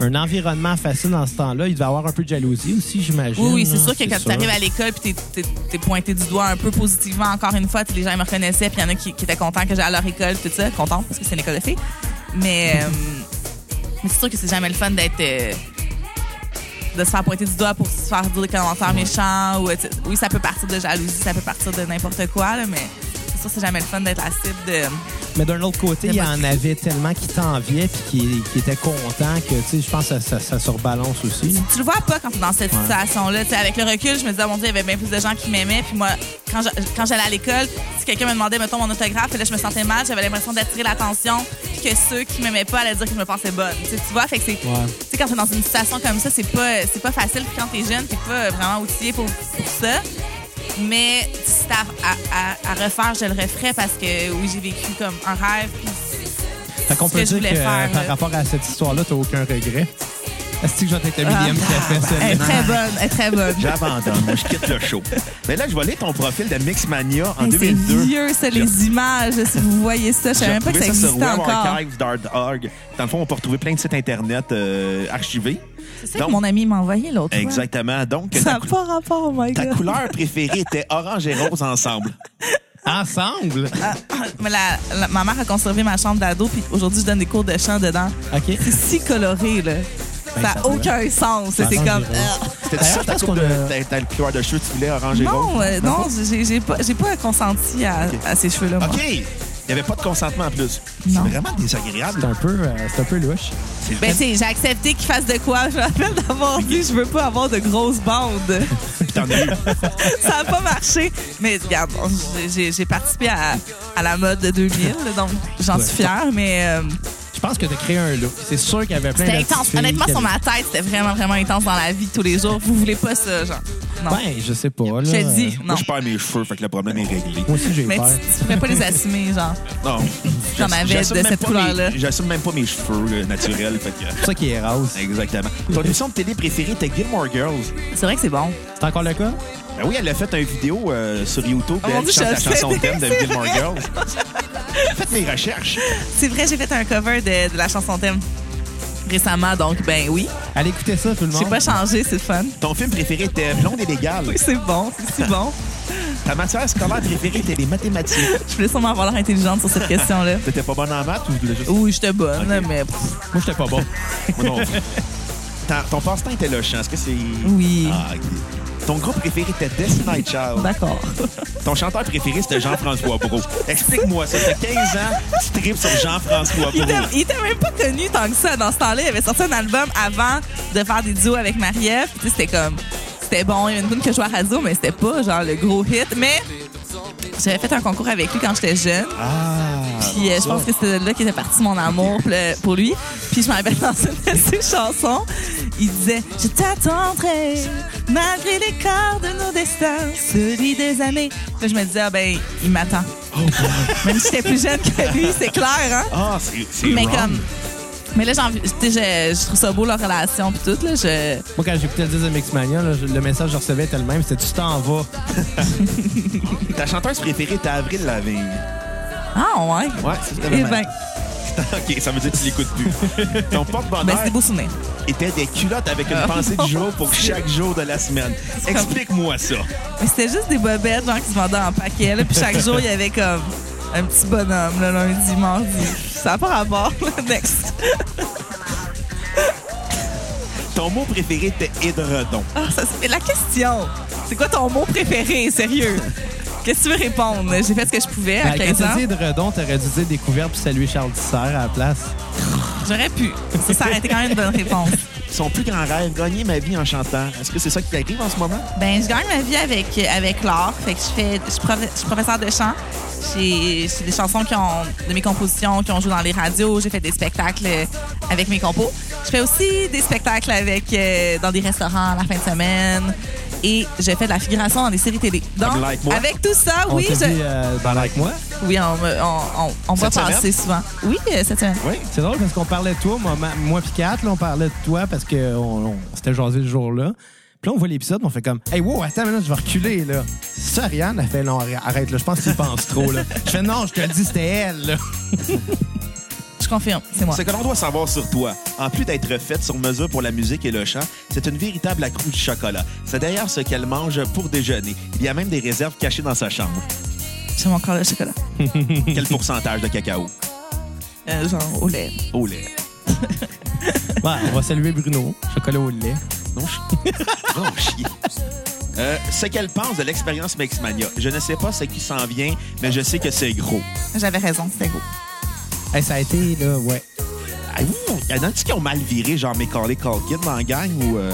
Speaker 1: Un environnement facile dans ce temps-là. Il devait avoir un peu de jalousie aussi, j'imagine.
Speaker 3: Oui, oui, c'est
Speaker 1: là.
Speaker 3: sûr que quand tu arrives à l'école puis t'es- t'es t'es pointé du doigt un peu positivement encore une fois, les gens ils me reconnaissaient puis il y en a qui, qui étaient contents que j'aille à leur école, tout ça, contents parce que c'est une école de filles. Mais, euh, mais c'est sûr que c'est jamais le fun d'être euh, de se faire pointer du doigt pour se faire dire des commentaires méchants ou euh, tu- oui ça peut partir de jalousie, ça peut partir de n'importe quoi là, mais c'est sûr que c'est jamais le fun d'être la cible de
Speaker 1: Mais d'un autre côté, il y
Speaker 3: Mais
Speaker 1: en avait tellement qui t'enviaient puis qui, qui étaient contents que, tu sais, je pense que ça, ça, ça se rebalance aussi.
Speaker 3: tu le vois pas quand t'es dans cette situation-là. Tu sais, avec le recul, je me disais, oh mon Dieu, il y avait bien plus de gens qui m'aimaient. Puis moi, quand je- quand j'allais à l'école, si quelqu'un me demandait, mettons, mon autographe, puis là, je me sentais mal, j'avais l'impression d'attirer l'attention, puis que ceux qui m'aimaient pas allaient dire que je me pensais bonne. Tu, sais, tu vois, fait que c'est.
Speaker 1: Ouais.
Speaker 3: Tu sais, quand t'es dans une situation comme ça, c'est pas, c'est pas facile. Puis quand t'es jeune, t'es pas vraiment outillé pour, pour ça. Mais si c'était à, à- à- à refaire, je le referais parce que oui, j'ai vécu comme un rêve. Puis
Speaker 1: Fait qu'on
Speaker 3: ce que
Speaker 1: peut
Speaker 3: je
Speaker 1: dire que
Speaker 3: voulais faire,
Speaker 1: par
Speaker 3: là.
Speaker 1: rapport à cette histoire-là, t'as aucun regret. Est-ce que je vais être la
Speaker 3: Ah,
Speaker 1: millième qui a fait ça?
Speaker 3: elle est très bonne, elle est très bonne.
Speaker 2: J'abandonne. Moi, je quitte le show. Mais là, je vais lire ton profil de Mixmania en
Speaker 3: Hey, C'est
Speaker 2: 2002.
Speaker 3: vieux, ça, les images. Si vous voyez ça, je
Speaker 2: J'ai
Speaker 3: savais même pas que ça
Speaker 2: retrouvé
Speaker 3: existait
Speaker 2: sur
Speaker 3: encore.
Speaker 2: webarchive.org. Dans le fond, on peut retrouver plein de sites Internet euh, archivés.
Speaker 3: C'est ça
Speaker 2: Donc-
Speaker 3: que mon ami m'a envoyé l'autre fois.
Speaker 2: Exactement. Donc,
Speaker 3: Ça
Speaker 2: ta,
Speaker 3: n'a
Speaker 2: cou-
Speaker 3: pas rapport, oh my
Speaker 2: ta
Speaker 3: God.
Speaker 2: couleur préférée était orange et rose ensemble.
Speaker 1: Ensemble?
Speaker 3: Mais la- la- ma mère a conservé ma chambre d'ado, puis aujourd'hui, je donne des cours de chant dedans.
Speaker 1: OK.
Speaker 3: C'est si coloré, là.
Speaker 1: Ben,
Speaker 3: ça
Speaker 1: ça
Speaker 3: n'a
Speaker 1: doit.
Speaker 3: aucun sens. C'est
Speaker 1: Orange
Speaker 3: comme.
Speaker 1: et
Speaker 3: ah,
Speaker 1: rose.
Speaker 3: Ben,
Speaker 2: C'était
Speaker 1: D'ailleurs,
Speaker 2: ça
Speaker 1: je
Speaker 2: ta
Speaker 1: pense
Speaker 2: coupe
Speaker 1: qu'on
Speaker 2: de,
Speaker 1: a-
Speaker 2: ta, ta couleur de cheveux, tu voulais orange et rose?
Speaker 3: Non, euh, non, j'ai j'ai pas, j'ai pas consenti à, à ces cheveux-là. moi.
Speaker 2: OK. Il n'y avait pas de consentement en plus. C'est
Speaker 3: euh, Non.
Speaker 2: vraiment désagréable.
Speaker 1: C'est un peu, euh, c'est un peu louche.
Speaker 2: C'est-
Speaker 3: Ben, tu sais, j'ai accepté qu'il fasse de quoi. Je me rappelle d'avoir dit, je veux pas avoir de grosses bandes.
Speaker 2: T'en as eu.
Speaker 3: ça n'a pas marché. Mais regarde, bon, j'ai- j'ai- j'ai participé à, à la mode de 2000, là, donc j'en suis fière, mais euh,
Speaker 1: Je pense que t'as créé un look. C'est sûr qu'il y avait plein de
Speaker 2: Ben,
Speaker 3: c'était intense. Honnêtement, sur ma tête, c'était vraiment, vraiment intense dans la vie de tous les jours. Vous voulez pas ça, genre? Non.
Speaker 1: Ben, je sais pas. Là.
Speaker 3: je te dis, non.
Speaker 2: Moi, je perds mes cheveux, fait que le problème est réglé.
Speaker 1: Moi aussi, j'ai
Speaker 3: Mais
Speaker 1: peur.
Speaker 3: tu, tu pourrais pas les assumer, genre.
Speaker 2: Non.
Speaker 3: J'en avais
Speaker 2: J'assume
Speaker 3: de
Speaker 2: même
Speaker 3: cette
Speaker 2: pas
Speaker 3: couleur-là.
Speaker 2: mes- J'assume même pas mes cheveux euh, naturels. Fait que-
Speaker 1: C'est ça qui est rose.
Speaker 2: Exactement. Ton émission de télé préférée était Gilmore Girls.
Speaker 3: C'est vrai que c'est bon.
Speaker 1: C'est encore le cas?
Speaker 2: Ben oui, elle a fait une vidéo euh, sur YouTube
Speaker 3: Oh mon
Speaker 2: d'elle
Speaker 3: Dieu,
Speaker 2: qui chante
Speaker 3: je
Speaker 2: la
Speaker 3: sais,
Speaker 2: chanson thème de
Speaker 3: c'est
Speaker 2: Gilmore
Speaker 3: vrai.
Speaker 2: Girls. J'ai fait mes recherches.
Speaker 3: C'est vrai, j'ai fait un cover de, de la chanson thème récemment, donc ben oui.
Speaker 1: Allez, écoutez ça, tout le monde.
Speaker 3: J'ai pas changé, c'est le fun.
Speaker 2: Ton film préféré était Blonde et légale.
Speaker 3: Oui, c'est bon, c'est si bon.
Speaker 2: Ta matière scolaire préférée était les mathématiques.
Speaker 3: Je voulais sûrement avoir l'air intelligente sur cette question-là.
Speaker 2: T'étais pas bonne en maths ou tu voulais juste...
Speaker 3: Oui, j'étais bonne,
Speaker 2: Ok.
Speaker 3: mais pff,
Speaker 1: Moi, j'étais pas bon.
Speaker 2: Moi non. Ta- ton passe-temps était le chant. Est-ce que c'est...
Speaker 3: oui. Ben.
Speaker 2: Ah, ok. Ton groupe préféré était Destiny Child.
Speaker 3: D'accord.
Speaker 2: Ton chanteur préféré, c'était Jean-François Brault. Explique-moi ça. T'as 15 ans, tu tripes sur Jean-François
Speaker 3: Il était,
Speaker 2: Brault.
Speaker 3: il était même pas connu tant que ça. Dans ce temps-là, il avait sorti un album avant de faire des duos avec Marie-Ève. Puis, tu sais, C'était comme. c'était c'était bon. Il y avait une tune que je jouais à la radio, mais c'était pas genre le gros hit. Mais j'avais fait un concours avec lui quand j'étais jeune.
Speaker 2: Ah!
Speaker 3: Puis euh, je pense que c'était de là qu'était parti mon amour pour le- pour lui. Puis je me rappelle dans une de ses chansons, il disait Je t'attendrai malgré l'écart de nos destins, celui des années. Puis je me disais, ah ben, il m'attend. Même si j'étais plus jeune que lui, c'est clair, hein?
Speaker 2: Ah, c'est c'est
Speaker 3: Mais
Speaker 2: wrong.
Speaker 3: comme. Mais là, j'ai envie- tu sais, je, je trouve ça beau, leur relation, puis tout, là. Je,
Speaker 1: Moi, quand j'écoutais le disque de Mixmania, là, je- le message que je recevais était le même c'était tu t'en vas.
Speaker 2: Ta chanteuse préférée était Avril Lavigne.
Speaker 3: Ah, ouais.
Speaker 2: Ouais, c'est
Speaker 3: Eh
Speaker 2: vraiment...
Speaker 3: ben,
Speaker 2: OK, ça veut dire que tu l'écoutes plus. Ton
Speaker 3: ben,
Speaker 2: porte-bonheur
Speaker 3: c'est des beaux souvenirs.
Speaker 2: était des culottes avec une
Speaker 3: Ah,
Speaker 2: pensée
Speaker 3: non.
Speaker 2: du jour pour chaque jour de la semaine.
Speaker 3: comme-
Speaker 2: Explique-moi ça.
Speaker 3: Mais c'était juste des bobettes, genre, qui se vendaient en paquet, là. Puis chaque jour, il y avait comme un petit bonhomme, le lundi, mardi. Ça n'a pas rapport, là. Next.
Speaker 2: Ton mot préféré était édredon.
Speaker 3: Ah, ça, c'est mais la question. C'est quoi ton mot préféré, sérieux? Qu'est-ce que tu veux répondre? J'ai fait ce que je pouvais à
Speaker 1: Ben, Quand
Speaker 3: 15
Speaker 1: tu
Speaker 3: ans.
Speaker 1: dis de redon, t'aurais dû dire découverte puis saluer Charles Tisser à la place.
Speaker 3: J'aurais pu. Ça, ça aurait été quand même une bonne réponse.
Speaker 2: Son plus grand rêve, gagner ma vie en chantant. Est-ce que c'est ça qui t'arrive en ce moment?
Speaker 3: Ben, je gagne ma vie avec, avec l'art. Fait que je fais, je, suis prof- je suis professeure de chant. J'ai j'ai des chansons qui ont, de mes compositions qui ont joué dans les radios. J'ai fait des spectacles euh, avec mes compos. Je fais aussi des spectacles avec, euh, dans des restaurants la fin de semaine. Et j'ai fait de la figuration dans des séries télé. Donc,
Speaker 2: Comme Like Moi.
Speaker 3: avec tout ça,
Speaker 1: On
Speaker 3: oui,
Speaker 1: te
Speaker 3: je-
Speaker 1: dit, euh, ben, like moi.
Speaker 3: oui, on, me- on, on- on va
Speaker 2: hein? Cette semaine?
Speaker 3: passer souvent. Oui, euh, cette semaine.
Speaker 2: Oui.
Speaker 1: C'est drôle parce qu'on parlait de toi, moi, ma- moi pis Kat, là, on parlait de toi parce qu'on s'était jasé le jour-là. Puis là, on voit l'épisode, on fait comme Hey, wow, attends, maintenant, je vais reculer, là. C'est ça, Ariane? Elle fait Non, arrête, là, je pense qu'il pense trop, là. Je fais Non, je te le dis, c'était elle, là.
Speaker 3: Je confirme, c'est moi.
Speaker 2: Ce que l'on doit savoir sur toi, en plus d'être faite sur mesure pour la musique et le chant, c'est une véritable accrue de chocolat. C'est d'ailleurs ce qu'elle mange pour déjeuner. Il y a même des réserves cachées dans sa chambre.
Speaker 3: J'ai mon corps de chocolat.
Speaker 2: Quel pourcentage de cacao?
Speaker 3: Euh, genre au lait.
Speaker 2: Au lait.
Speaker 1: Ouais, on va saluer Bruno, chocolat au lait.
Speaker 2: Non, je... non, chier. Euh, ce qu'elle pense de l'expérience Mexmania. Je ne sais pas ce qui s'en vient, mais je sais que c'est gros.
Speaker 3: J'avais raison, c'était gros.
Speaker 1: Hey, ça a été, là, ouais.
Speaker 2: Ah, Il y en a-tu qui ont mal viré, genre Macaulay Culkin dans la gang ou... euh,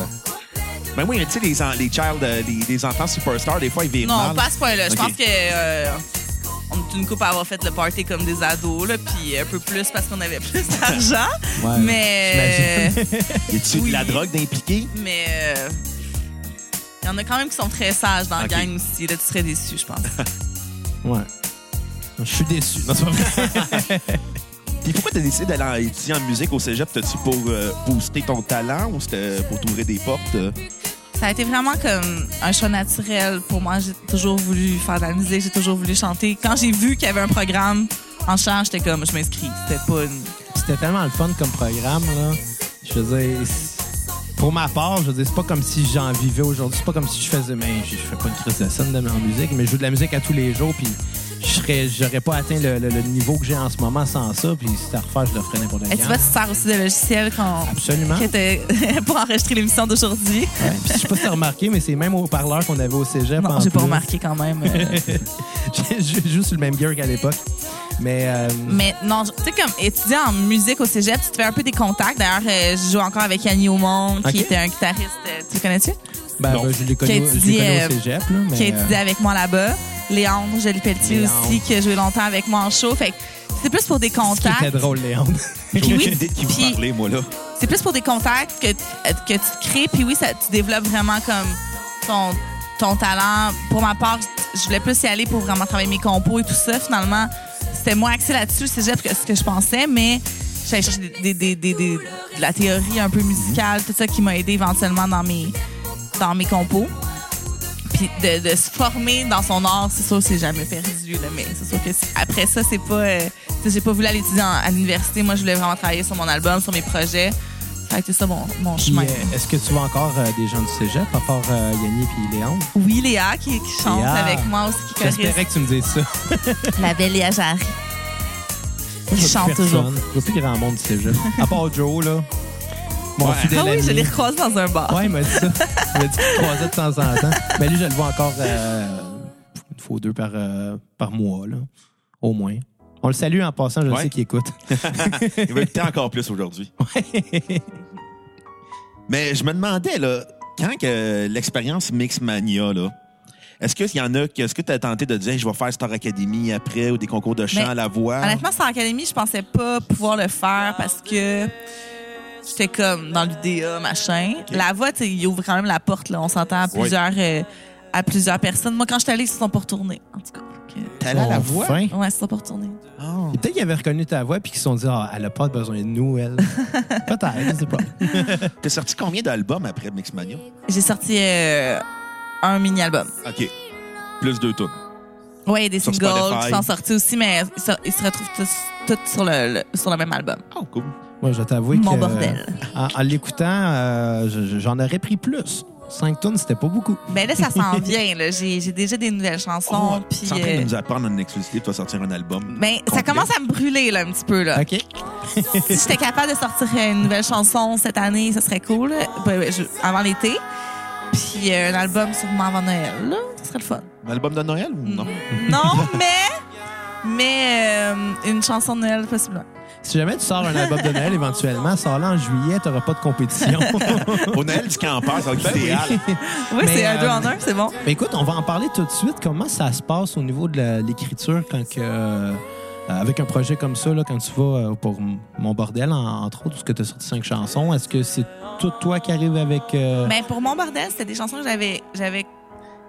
Speaker 2: Ben oui, mais tu sais, les, en- les child, euh, les, les enfants superstars, des fois, ils virent
Speaker 3: Non,
Speaker 2: mal.
Speaker 3: pas à ce point-là. Je
Speaker 2: Ok.
Speaker 3: pense que euh, on est une couple à avoir fait le party comme des ados, là, puis un peu plus parce qu'on avait plus d'argent.
Speaker 1: Ouais,
Speaker 3: mais
Speaker 2: Y a-tu
Speaker 3: Oui.
Speaker 2: de la drogue impliquée?
Speaker 3: mais euh, il y en a quand même qui sont très sages dans
Speaker 2: Ok.
Speaker 3: la gang aussi. Là, tu serais déçu, je pense.
Speaker 1: Ouais. Je suis déçu. Non, c'est pas vrai.
Speaker 2: Puis pourquoi t'as décidé d'aller en- étudier en musique au cégep? T'as-tu pour euh, booster ton talent ou c'était pour t'ouvrir des portes? euh?
Speaker 3: Ça a été vraiment comme un choix naturel pour moi. J'ai toujours voulu faire de la musique, j'ai toujours voulu chanter. Quand j'ai vu qu'il y avait un programme en chant, j'étais comme, je m'inscris. C'était pas une.
Speaker 1: C'était tellement le fun comme programme, là. Je veux dire, c'est- pour ma part, je veux dire, c'est pas comme si j'en vivais aujourd'hui. C'est pas comme si je faisais, mais je je fais pas une crise de scène de en musique, mais je joue de la musique à tous les jours, puis je serais, j'aurais pas atteint le, le- le niveau que j'ai en ce moment sans ça, puis si t'as à refaire, je le ferais n'importe
Speaker 3: Et Eh, tu vois,
Speaker 1: quand.
Speaker 3: tu te sers aussi de logiciels qu'on-
Speaker 1: Absolument.
Speaker 3: que t'as- pour enregistrer l'émission d'aujourd'hui.
Speaker 1: Ouais. Puis je sais pas si t'as remarqué, mais c'est même au parleur qu'on avait au cégep.
Speaker 3: Non,
Speaker 1: en
Speaker 3: j'ai pas
Speaker 1: plus.
Speaker 3: remarqué quand même. euh.
Speaker 1: je joue sur le même gear qu'à l'époque. Mais euh,
Speaker 3: mais non, je- tu sais, comme étudiant en musique au cégep, tu te fais un peu des contacts. D'ailleurs, euh, je joue encore avec Yanni Aumont, qui
Speaker 1: Ok.
Speaker 3: était un guitariste, euh, tu le connais-tu?
Speaker 1: ben,
Speaker 2: Non.
Speaker 1: ben, je l'ai connu,
Speaker 3: Qui a
Speaker 1: je l'ai connu
Speaker 3: étudié,
Speaker 1: au cégep. Là, mais,
Speaker 3: Qui a
Speaker 1: euh,
Speaker 3: étudié avec moi là-bas. Léandre Jolie Pelletier
Speaker 1: Léandre.
Speaker 3: aussi, qui a joué longtemps avec moi en show. Fait que c'est plus pour des
Speaker 1: C'était
Speaker 3: contacts.
Speaker 1: drôle, Léon.
Speaker 2: J'ai
Speaker 3: Puis
Speaker 2: aucune
Speaker 3: oui,
Speaker 2: idée de qui vous
Speaker 3: puis-
Speaker 2: parlez, moi, là.
Speaker 3: C'est plus pour des contacts que, euh, que tu te crées. Puis oui, ça, tu développes vraiment comme ton, ton talent. Pour ma part, je voulais plus y aller pour vraiment travailler mes compos et tout ça. Finalement, c'était moins axé là-dessus, c'est juste que ce que je pensais, mais j'allais chercher des, des- des- des- des- de la théorie un peu musicale, tout ça qui m'a aidé éventuellement dans mes, dans mes compos. Puis de, de se former dans son art, c'est sûr, c'est jamais perdu. Là, mais c'est sûr que c'est- après ça, c'est pas. euh, tu sais, j'ai pas voulu aller étudier en- à l'université. Moi, je voulais vraiment travailler sur mon album, sur mes projets. Fait que c'est ça mon, mon
Speaker 1: Puis,
Speaker 3: chemin.
Speaker 1: euh, Est-ce que tu vois encore euh, des gens du cégep, à part euh, Yanni et Léon?
Speaker 3: Oui, Léa qui, qui chante
Speaker 1: Léa.
Speaker 3: avec moi aussi, qui choriste.
Speaker 1: J'espérais que tu me dises ça.
Speaker 3: La belle Léa Jarry. Qui
Speaker 1: Je vois plus
Speaker 3: chante toujours.
Speaker 1: personne. Je vois plus grand monde du cégep. À part Joe, là. Mon
Speaker 2: Ouais.
Speaker 1: fidèle
Speaker 3: Ah oui,
Speaker 1: ami.
Speaker 3: je l'ai recroisée dans un bar.
Speaker 1: Ouais, il m'a dit ça. Il m'a dit qu'il croisait de temps en temps. Mais lui, je le vois encore euh, une fois ou deux par, euh, par mois, là. Au moins. On le salue en passant, je le
Speaker 2: Ouais.
Speaker 1: sais qu'il écoute.
Speaker 2: Il va écouter encore plus aujourd'hui. Mais je me demandais, là, quand que l'expérience Mixmania, là, est-ce qu'il y en a, que- est-ce que tu as tenté de dire, je vais faire Star Academy après ou des concours de chant,
Speaker 3: Ben,
Speaker 2: la voix?
Speaker 3: Honnêtement, sans académie, je pensais pas pouvoir le faire parce que j'étais comme dans l'UDA, machin. La voix, tu sais, il ouvre quand même la porte, là. On s'entend à plusieurs, euh, à plusieurs personnes. Moi, quand je suis allée, ils se sont pas retournés. En tout cas, que-
Speaker 2: T'allais à la
Speaker 1: Enfin.
Speaker 2: voix?
Speaker 3: ouais, ils se sont pas retournés.
Speaker 2: Oh.
Speaker 1: Peut-être qu'ils avaient reconnu ta voix puis qu'ils se sont dit, ah, elle a pas besoin de nous, elle. Peut-être, je sais pas.
Speaker 2: T'as sorti combien d'albums après Mixmania?
Speaker 3: J'ai sorti euh, un mini-album.
Speaker 2: OK. Plus deux tunes.
Speaker 3: Ouais, des
Speaker 2: Sur
Speaker 3: singles
Speaker 2: Spotify.
Speaker 3: qui sont sortis aussi, mais ils se, ils se retrouvent tous, tous sur le, le- sur le même album.
Speaker 2: Oh, cool.
Speaker 1: Moi, je vais t'avouer que.
Speaker 3: Mon bordel.
Speaker 1: En, en l'écoutant, euh, je- je- j'en aurais pris plus. 5 tonnes, c'était pas beaucoup.
Speaker 3: Mais Ben là, ça s'en vient. là. J'ai j'ai déjà des nouvelles chansons.
Speaker 2: T'es
Speaker 3: puis,
Speaker 2: Oh, en train de
Speaker 3: euh,
Speaker 2: nous apprendre en exclusivité, tu vas sortir un album.
Speaker 3: ben, ça
Speaker 2: complet.
Speaker 3: commence à me brûler là, un petit peu. Là.
Speaker 1: OK.
Speaker 3: si j'étais capable de sortir une nouvelle chanson cette année, ça serait cool. Ben, ben, je- avant l'été. Puis euh, un album sûrement avant Noël, là. Ce serait le fun.
Speaker 2: Un album de Noël ou non?
Speaker 3: Non, mais... Mais euh, une chanson de Noël, possible.
Speaker 1: Si jamais tu sors un album de Noël éventuellement, sors-le en juillet, t'auras pas de compétition. Ben,
Speaker 2: Au Noël du campeur, ça va être idéal.
Speaker 3: Oui,
Speaker 1: Mais,
Speaker 3: c'est un
Speaker 1: euh,
Speaker 3: deux en un, c'est bon.
Speaker 1: Mais écoute, on va en parler tout de suite. Comment ça se passe au niveau de la- l'écriture quand que, euh, avec un projet comme ça, là, quand tu vas euh, pour M- Mon Bordel, en- entre autres, parce que tu as sorti cinq chansons, est-ce que c'est tout toi qui arrive avec... euh,
Speaker 3: Ben, pour mon bordel, c'était des chansons que j'avais j'avais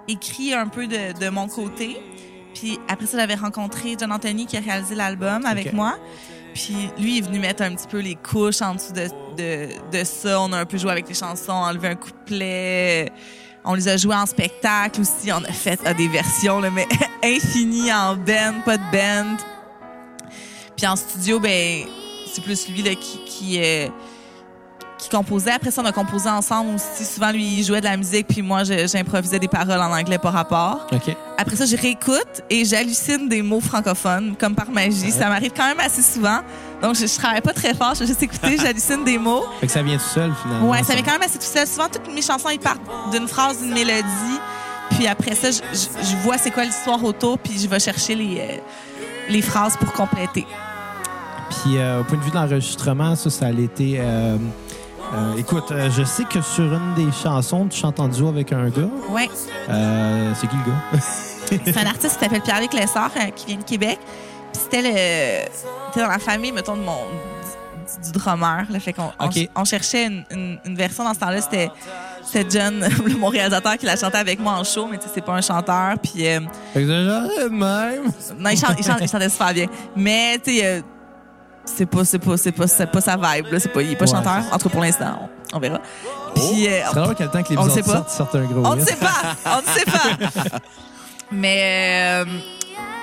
Speaker 3: écrit un peu de, de mon côté. Puis après ça, j'avais rencontré John Anthony qui a réalisé l'album avec
Speaker 1: Ok.
Speaker 3: moi. Puis lui, il est venu mettre un petit peu les couches en dessous de, de, de ça. On a un peu joué avec les chansons, enlevé un couplet. On les a joués en spectacle aussi. On a fait ah, des versions, là, mais infinies en band, pas de band. Puis en studio, ben, c'est plus lui là, qui, qui, euh, qui composait. Après ça, on a composé ensemble aussi. Souvent, lui, il jouait de la musique, puis moi, je- j'improvisais des paroles en anglais par rapport.
Speaker 1: OK.
Speaker 3: Après ça, je réécoute et j'hallucine des mots francophones, comme par magie. Ça m'arrive quand même assez souvent. Donc, je, je travaille pas très fort, je vais juste écouter, j'hallucine des mots.
Speaker 1: Fait que ça vient tout seul, finalement.
Speaker 3: Ouais, ça m'est quand même assez tout seul. Souvent, toutes mes chansons, ils partent d'une phrase, d'une mélodie. Puis après ça, je, je- je vois c'est quoi l'histoire autour, puis je vais chercher les, euh, les phrases pour compléter.
Speaker 1: Puis, euh, au point de vue de l'enregistrement, ça, ça a été... euh, euh, écoute, euh, je sais que sur une des chansons, tu chantes en duo avec un gars.
Speaker 3: Ouais.
Speaker 1: Euh, c'est qui le gars?
Speaker 3: C'est un artiste qui s'appelle Pierre-Luc Lessard, euh, qui vient de Québec. Puis c'était le. C'était dans la famille, mettons, de mon. du- du drummer. Là, fait qu'on on-
Speaker 1: OK.
Speaker 3: on, cherchait une, une- une version dans ce temps-là. C'était. C'était John, le mon réalisateur, qui l'a chanté avec moi en show, mais tu sais, c'est pas un chanteur. Puis, euh,
Speaker 1: Fait que c'est genre, euh, même...
Speaker 3: non, il, chante, il, chante- il chantait super bien. Mais, tu sais, euh, c'est pas, c'est pas, c'est pas, c'est pas sa vibe. Là. C'est pas, il est pas
Speaker 1: Ouais, Oh.
Speaker 3: chanteur, en tout cas pour l'instant. On, on verra. Puis, euh,
Speaker 1: C'est drôle quel temps que les
Speaker 3: On le sait
Speaker 1: sortent,
Speaker 3: pas.
Speaker 1: sortent, sortent un gros
Speaker 3: on ne
Speaker 1: hit.
Speaker 3: sait pas. On ne sait pas. Mais, euh,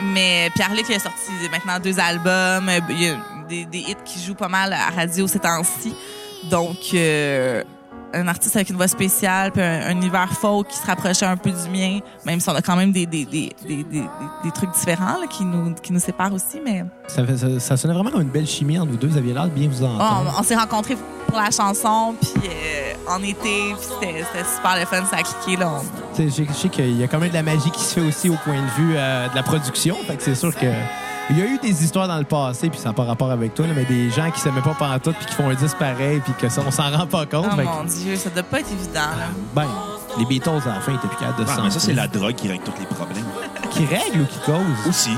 Speaker 3: mais Pierre-Luc il a sorti maintenant deux albums. Il y a des, des hits qui jouent pas mal à radio ces temps-ci. Donc, euh, un artiste avec une voix spéciale, puis un, un univers folk qui se rapprochait un peu du mien, même si on a quand même des, des, des, des, des- des- des trucs différents là, qui, nous, qui nous séparent aussi. Mais
Speaker 1: Ça, fait- ça- ça sonnait vraiment comme une belle chimie entre vous deux. Vous aviez l'air de bien vous
Speaker 3: Oh,
Speaker 1: entendre.
Speaker 3: on, on s'est rencontrés pour la chanson, puis euh, en été, puis c'était c'était super le fun, ça a cliqué. Là, on-
Speaker 1: Tu sais, Je je sais qu'il y a quand même de la magie qui se fait aussi au point de vue euh, de la production. Fait que c'est sûr que. Il y a eu des histoires dans le passé, puis ça n'a pas rapport avec toi, là, mais des gens qui s'aimaient pas pantoute, puis qui font un 10 pareil, puis que ça, on s'en rend pas compte.
Speaker 3: Oh
Speaker 1: Fait que,
Speaker 3: mon Dieu, ça doit pas être évident. Là.
Speaker 1: ben, les Beatles, à la fin, étaient plus capables de
Speaker 2: Ah,
Speaker 1: s'en
Speaker 2: mais ça, c'est la drogue qui règle tous les problèmes.
Speaker 1: Qui règle ou qui cause?
Speaker 2: Aussi.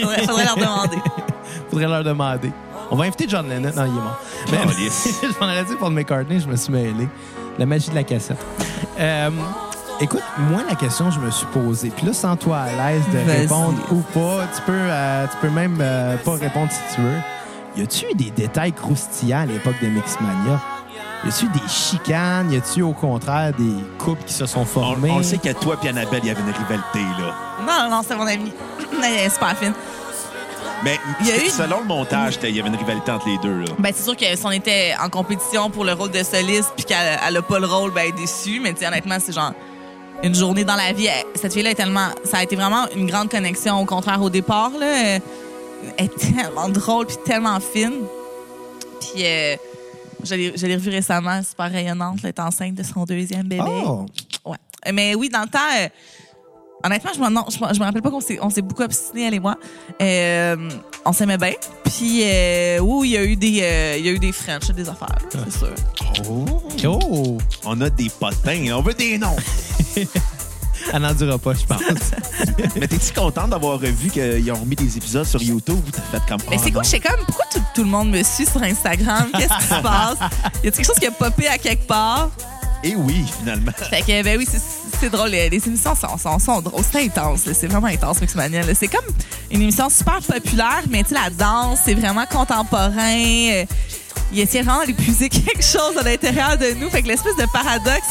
Speaker 3: Faudrait, faudrait leur demander.
Speaker 1: Faudrait leur demander. On va inviter John Lennon. Non, il est mort.
Speaker 2: Calisse.
Speaker 1: je m'en aurais dit Paul McCartney, je me suis mêlé. La magie de la cassette. Euh, écoute, moi, la question que je me suis posée, puis là, sans toi à l'aise de
Speaker 3: Vas-y.
Speaker 1: répondre ou pas, tu peux, euh, tu peux même euh, pas répondre si tu veux. Y a-tu eu des détails croustillants à l'époque de Mixmania? Y a-tu eu des chicanes? Y a-tu, au contraire, des couples qui se sont
Speaker 2: On,
Speaker 1: formés?
Speaker 2: on le sait qu'à toi et Annabelle, il y avait une rivalité, là.
Speaker 3: Non, non, c'est mon ami. Elle est super fine.
Speaker 2: Mais
Speaker 3: Il y a eu-
Speaker 2: selon le montage, t'as- il y avait une rivalité entre les deux, là.
Speaker 3: Ben, c'est sûr que si on était en compétition pour le rôle de soliste puis qu'elle elle a pas le rôle, ben, elle est déçue. Mais tu sais, honnêtement, c'est genre une journée dans la vie. Elle- Cette fille-là est tellement. Ça a été vraiment une grande connexion. Au contraire, au départ, là, euh, elle est tellement drôle puis tellement fine. Puis, euh, je l'ai je l'ai revue récemment, super rayonnante. là, Elle est enceinte de son deuxième bébé.
Speaker 1: Oh!
Speaker 3: Ouais. Mais oui, dans le temps, euh, Honnêtement, je, m'en- non, je, m'en- je me rappelle pas qu'on s'est, on s'est beaucoup obstiné, elle et moi. Euh, on s'aimait bien. Puis, euh, oui, il y a eu des, euh, il y a eu des French, des affaires, là, c'est sûr.
Speaker 2: Oh.
Speaker 1: Oh!
Speaker 2: On a des potins, on veut des noms.
Speaker 1: Elle n'en dira pas, je pense.
Speaker 2: Mais t'es-tu contente d'avoir vu qu'ils ont remis des épisodes sur YouTube où t'as fait comme.
Speaker 3: Mais
Speaker 2: oh
Speaker 3: c'est quoi,
Speaker 2: non.
Speaker 3: je sais comme, pourquoi tout, tout le monde me suit sur Instagram? Qu'est-ce qui se passe? Y a quelque chose qui a popé à quelque part?
Speaker 2: Eh oui, finalement.
Speaker 3: Fait que, ben oui, c'est- c'est drôle. Les les émissions sont, sont, sont drôles. C'est intense. là. C'est vraiment intense, Mixmania. là. C'est comme une émission super populaire, mais tu sais, la danse, c'est vraiment contemporain. Euh, Il essaie vraiment d'épuiser quelque chose à l'intérieur de nous. Fait que l'espèce de paradoxe,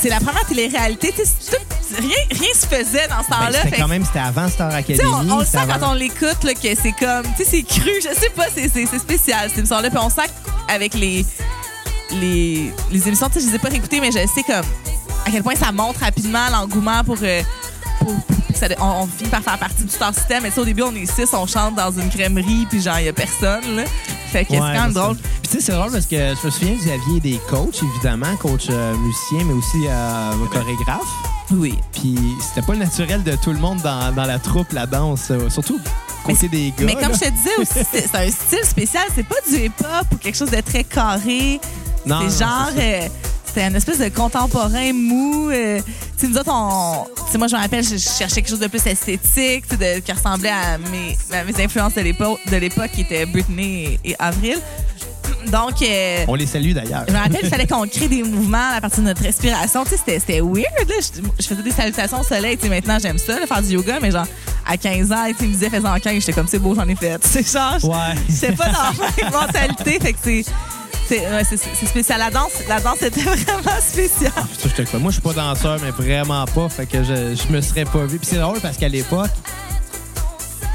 Speaker 3: c'est la première télé-réalité. Tu sais, c'est tout- Rien, rien se faisait dans ce
Speaker 1: Ben,
Speaker 3: temps-là.
Speaker 1: c'était
Speaker 3: Fait que
Speaker 1: quand même, c'était avant Star Academy.
Speaker 3: tu sais, on, on le sent
Speaker 1: c'était avant-
Speaker 3: quand on l'écoute là, que c'est comme, tu sais, c'est cru, je sais pas, c'est, c'est, c'est spécial cette émission-là. Puis on sent avec les, les, les émissions, tu sais, je les ai pas réécoutées, mais je sais comme à quel point ça monte rapidement l'engouement pour. euh, pour- pour- ça- on, on finit par faire partie du star system. Mais tu sais, au début, on est six, on chante dans une crèmerie, puis genre, il y a personne. là. Fait que
Speaker 1: Ouais,
Speaker 3: c'est quand même
Speaker 1: c'est ça.
Speaker 3: drôle.
Speaker 1: Puis tu sais, c'est drôle parce que je me souviens que vous aviez des coachs, évidemment, coach euh, musicien, mais aussi euh, chorégraphe.
Speaker 3: Oui.
Speaker 1: Puis c'était pas le naturel de tout le monde dans, dans la troupe, la danse, euh, surtout côté des gars.
Speaker 3: Mais comme
Speaker 1: là.
Speaker 3: je te disais aussi, c'est, c'est un style spécial. C'est pas du hip-hop ou quelque chose de très carré.
Speaker 1: Non, non,
Speaker 3: c'est genre.
Speaker 1: c'est
Speaker 3: euh, C'était un espèce de contemporain mou. euh, tu sais, nous autres, on. Tu sais, moi, je me rappelle, je cherchais quelque chose de plus esthétique, tu sais, de- qui ressemblait à mes, à mes influences de l'époque, de l'époque qui étaient Britney et, et Avril. Donc. euh,
Speaker 1: On les salue d'ailleurs.
Speaker 3: je me rappelle, il fallait qu'on crée des mouvements à partir de notre respiration. Tu sais, c'était- c'était weird. Là. Je, je faisais des salutations au soleil. Tu sais, maintenant, j'aime ça, là, faire du yoga, mais genre, à 15 ans, tu sais, ils me disaient, fais-en 15. J'étais comme, c'est beau, j'en ai fait. C'est genre, je-
Speaker 1: Ouais.
Speaker 3: j'étais pas dans la même mentalité. Fait que c'est. C'est ouais, c'est- c'est spécial. La danse, la danse était vraiment spéciale.
Speaker 1: Ça, je te crois. Moi, je suis pas danseur, mais vraiment pas. Fait que je, je me serais pas vu. Puis c'est drôle parce qu'à l'époque,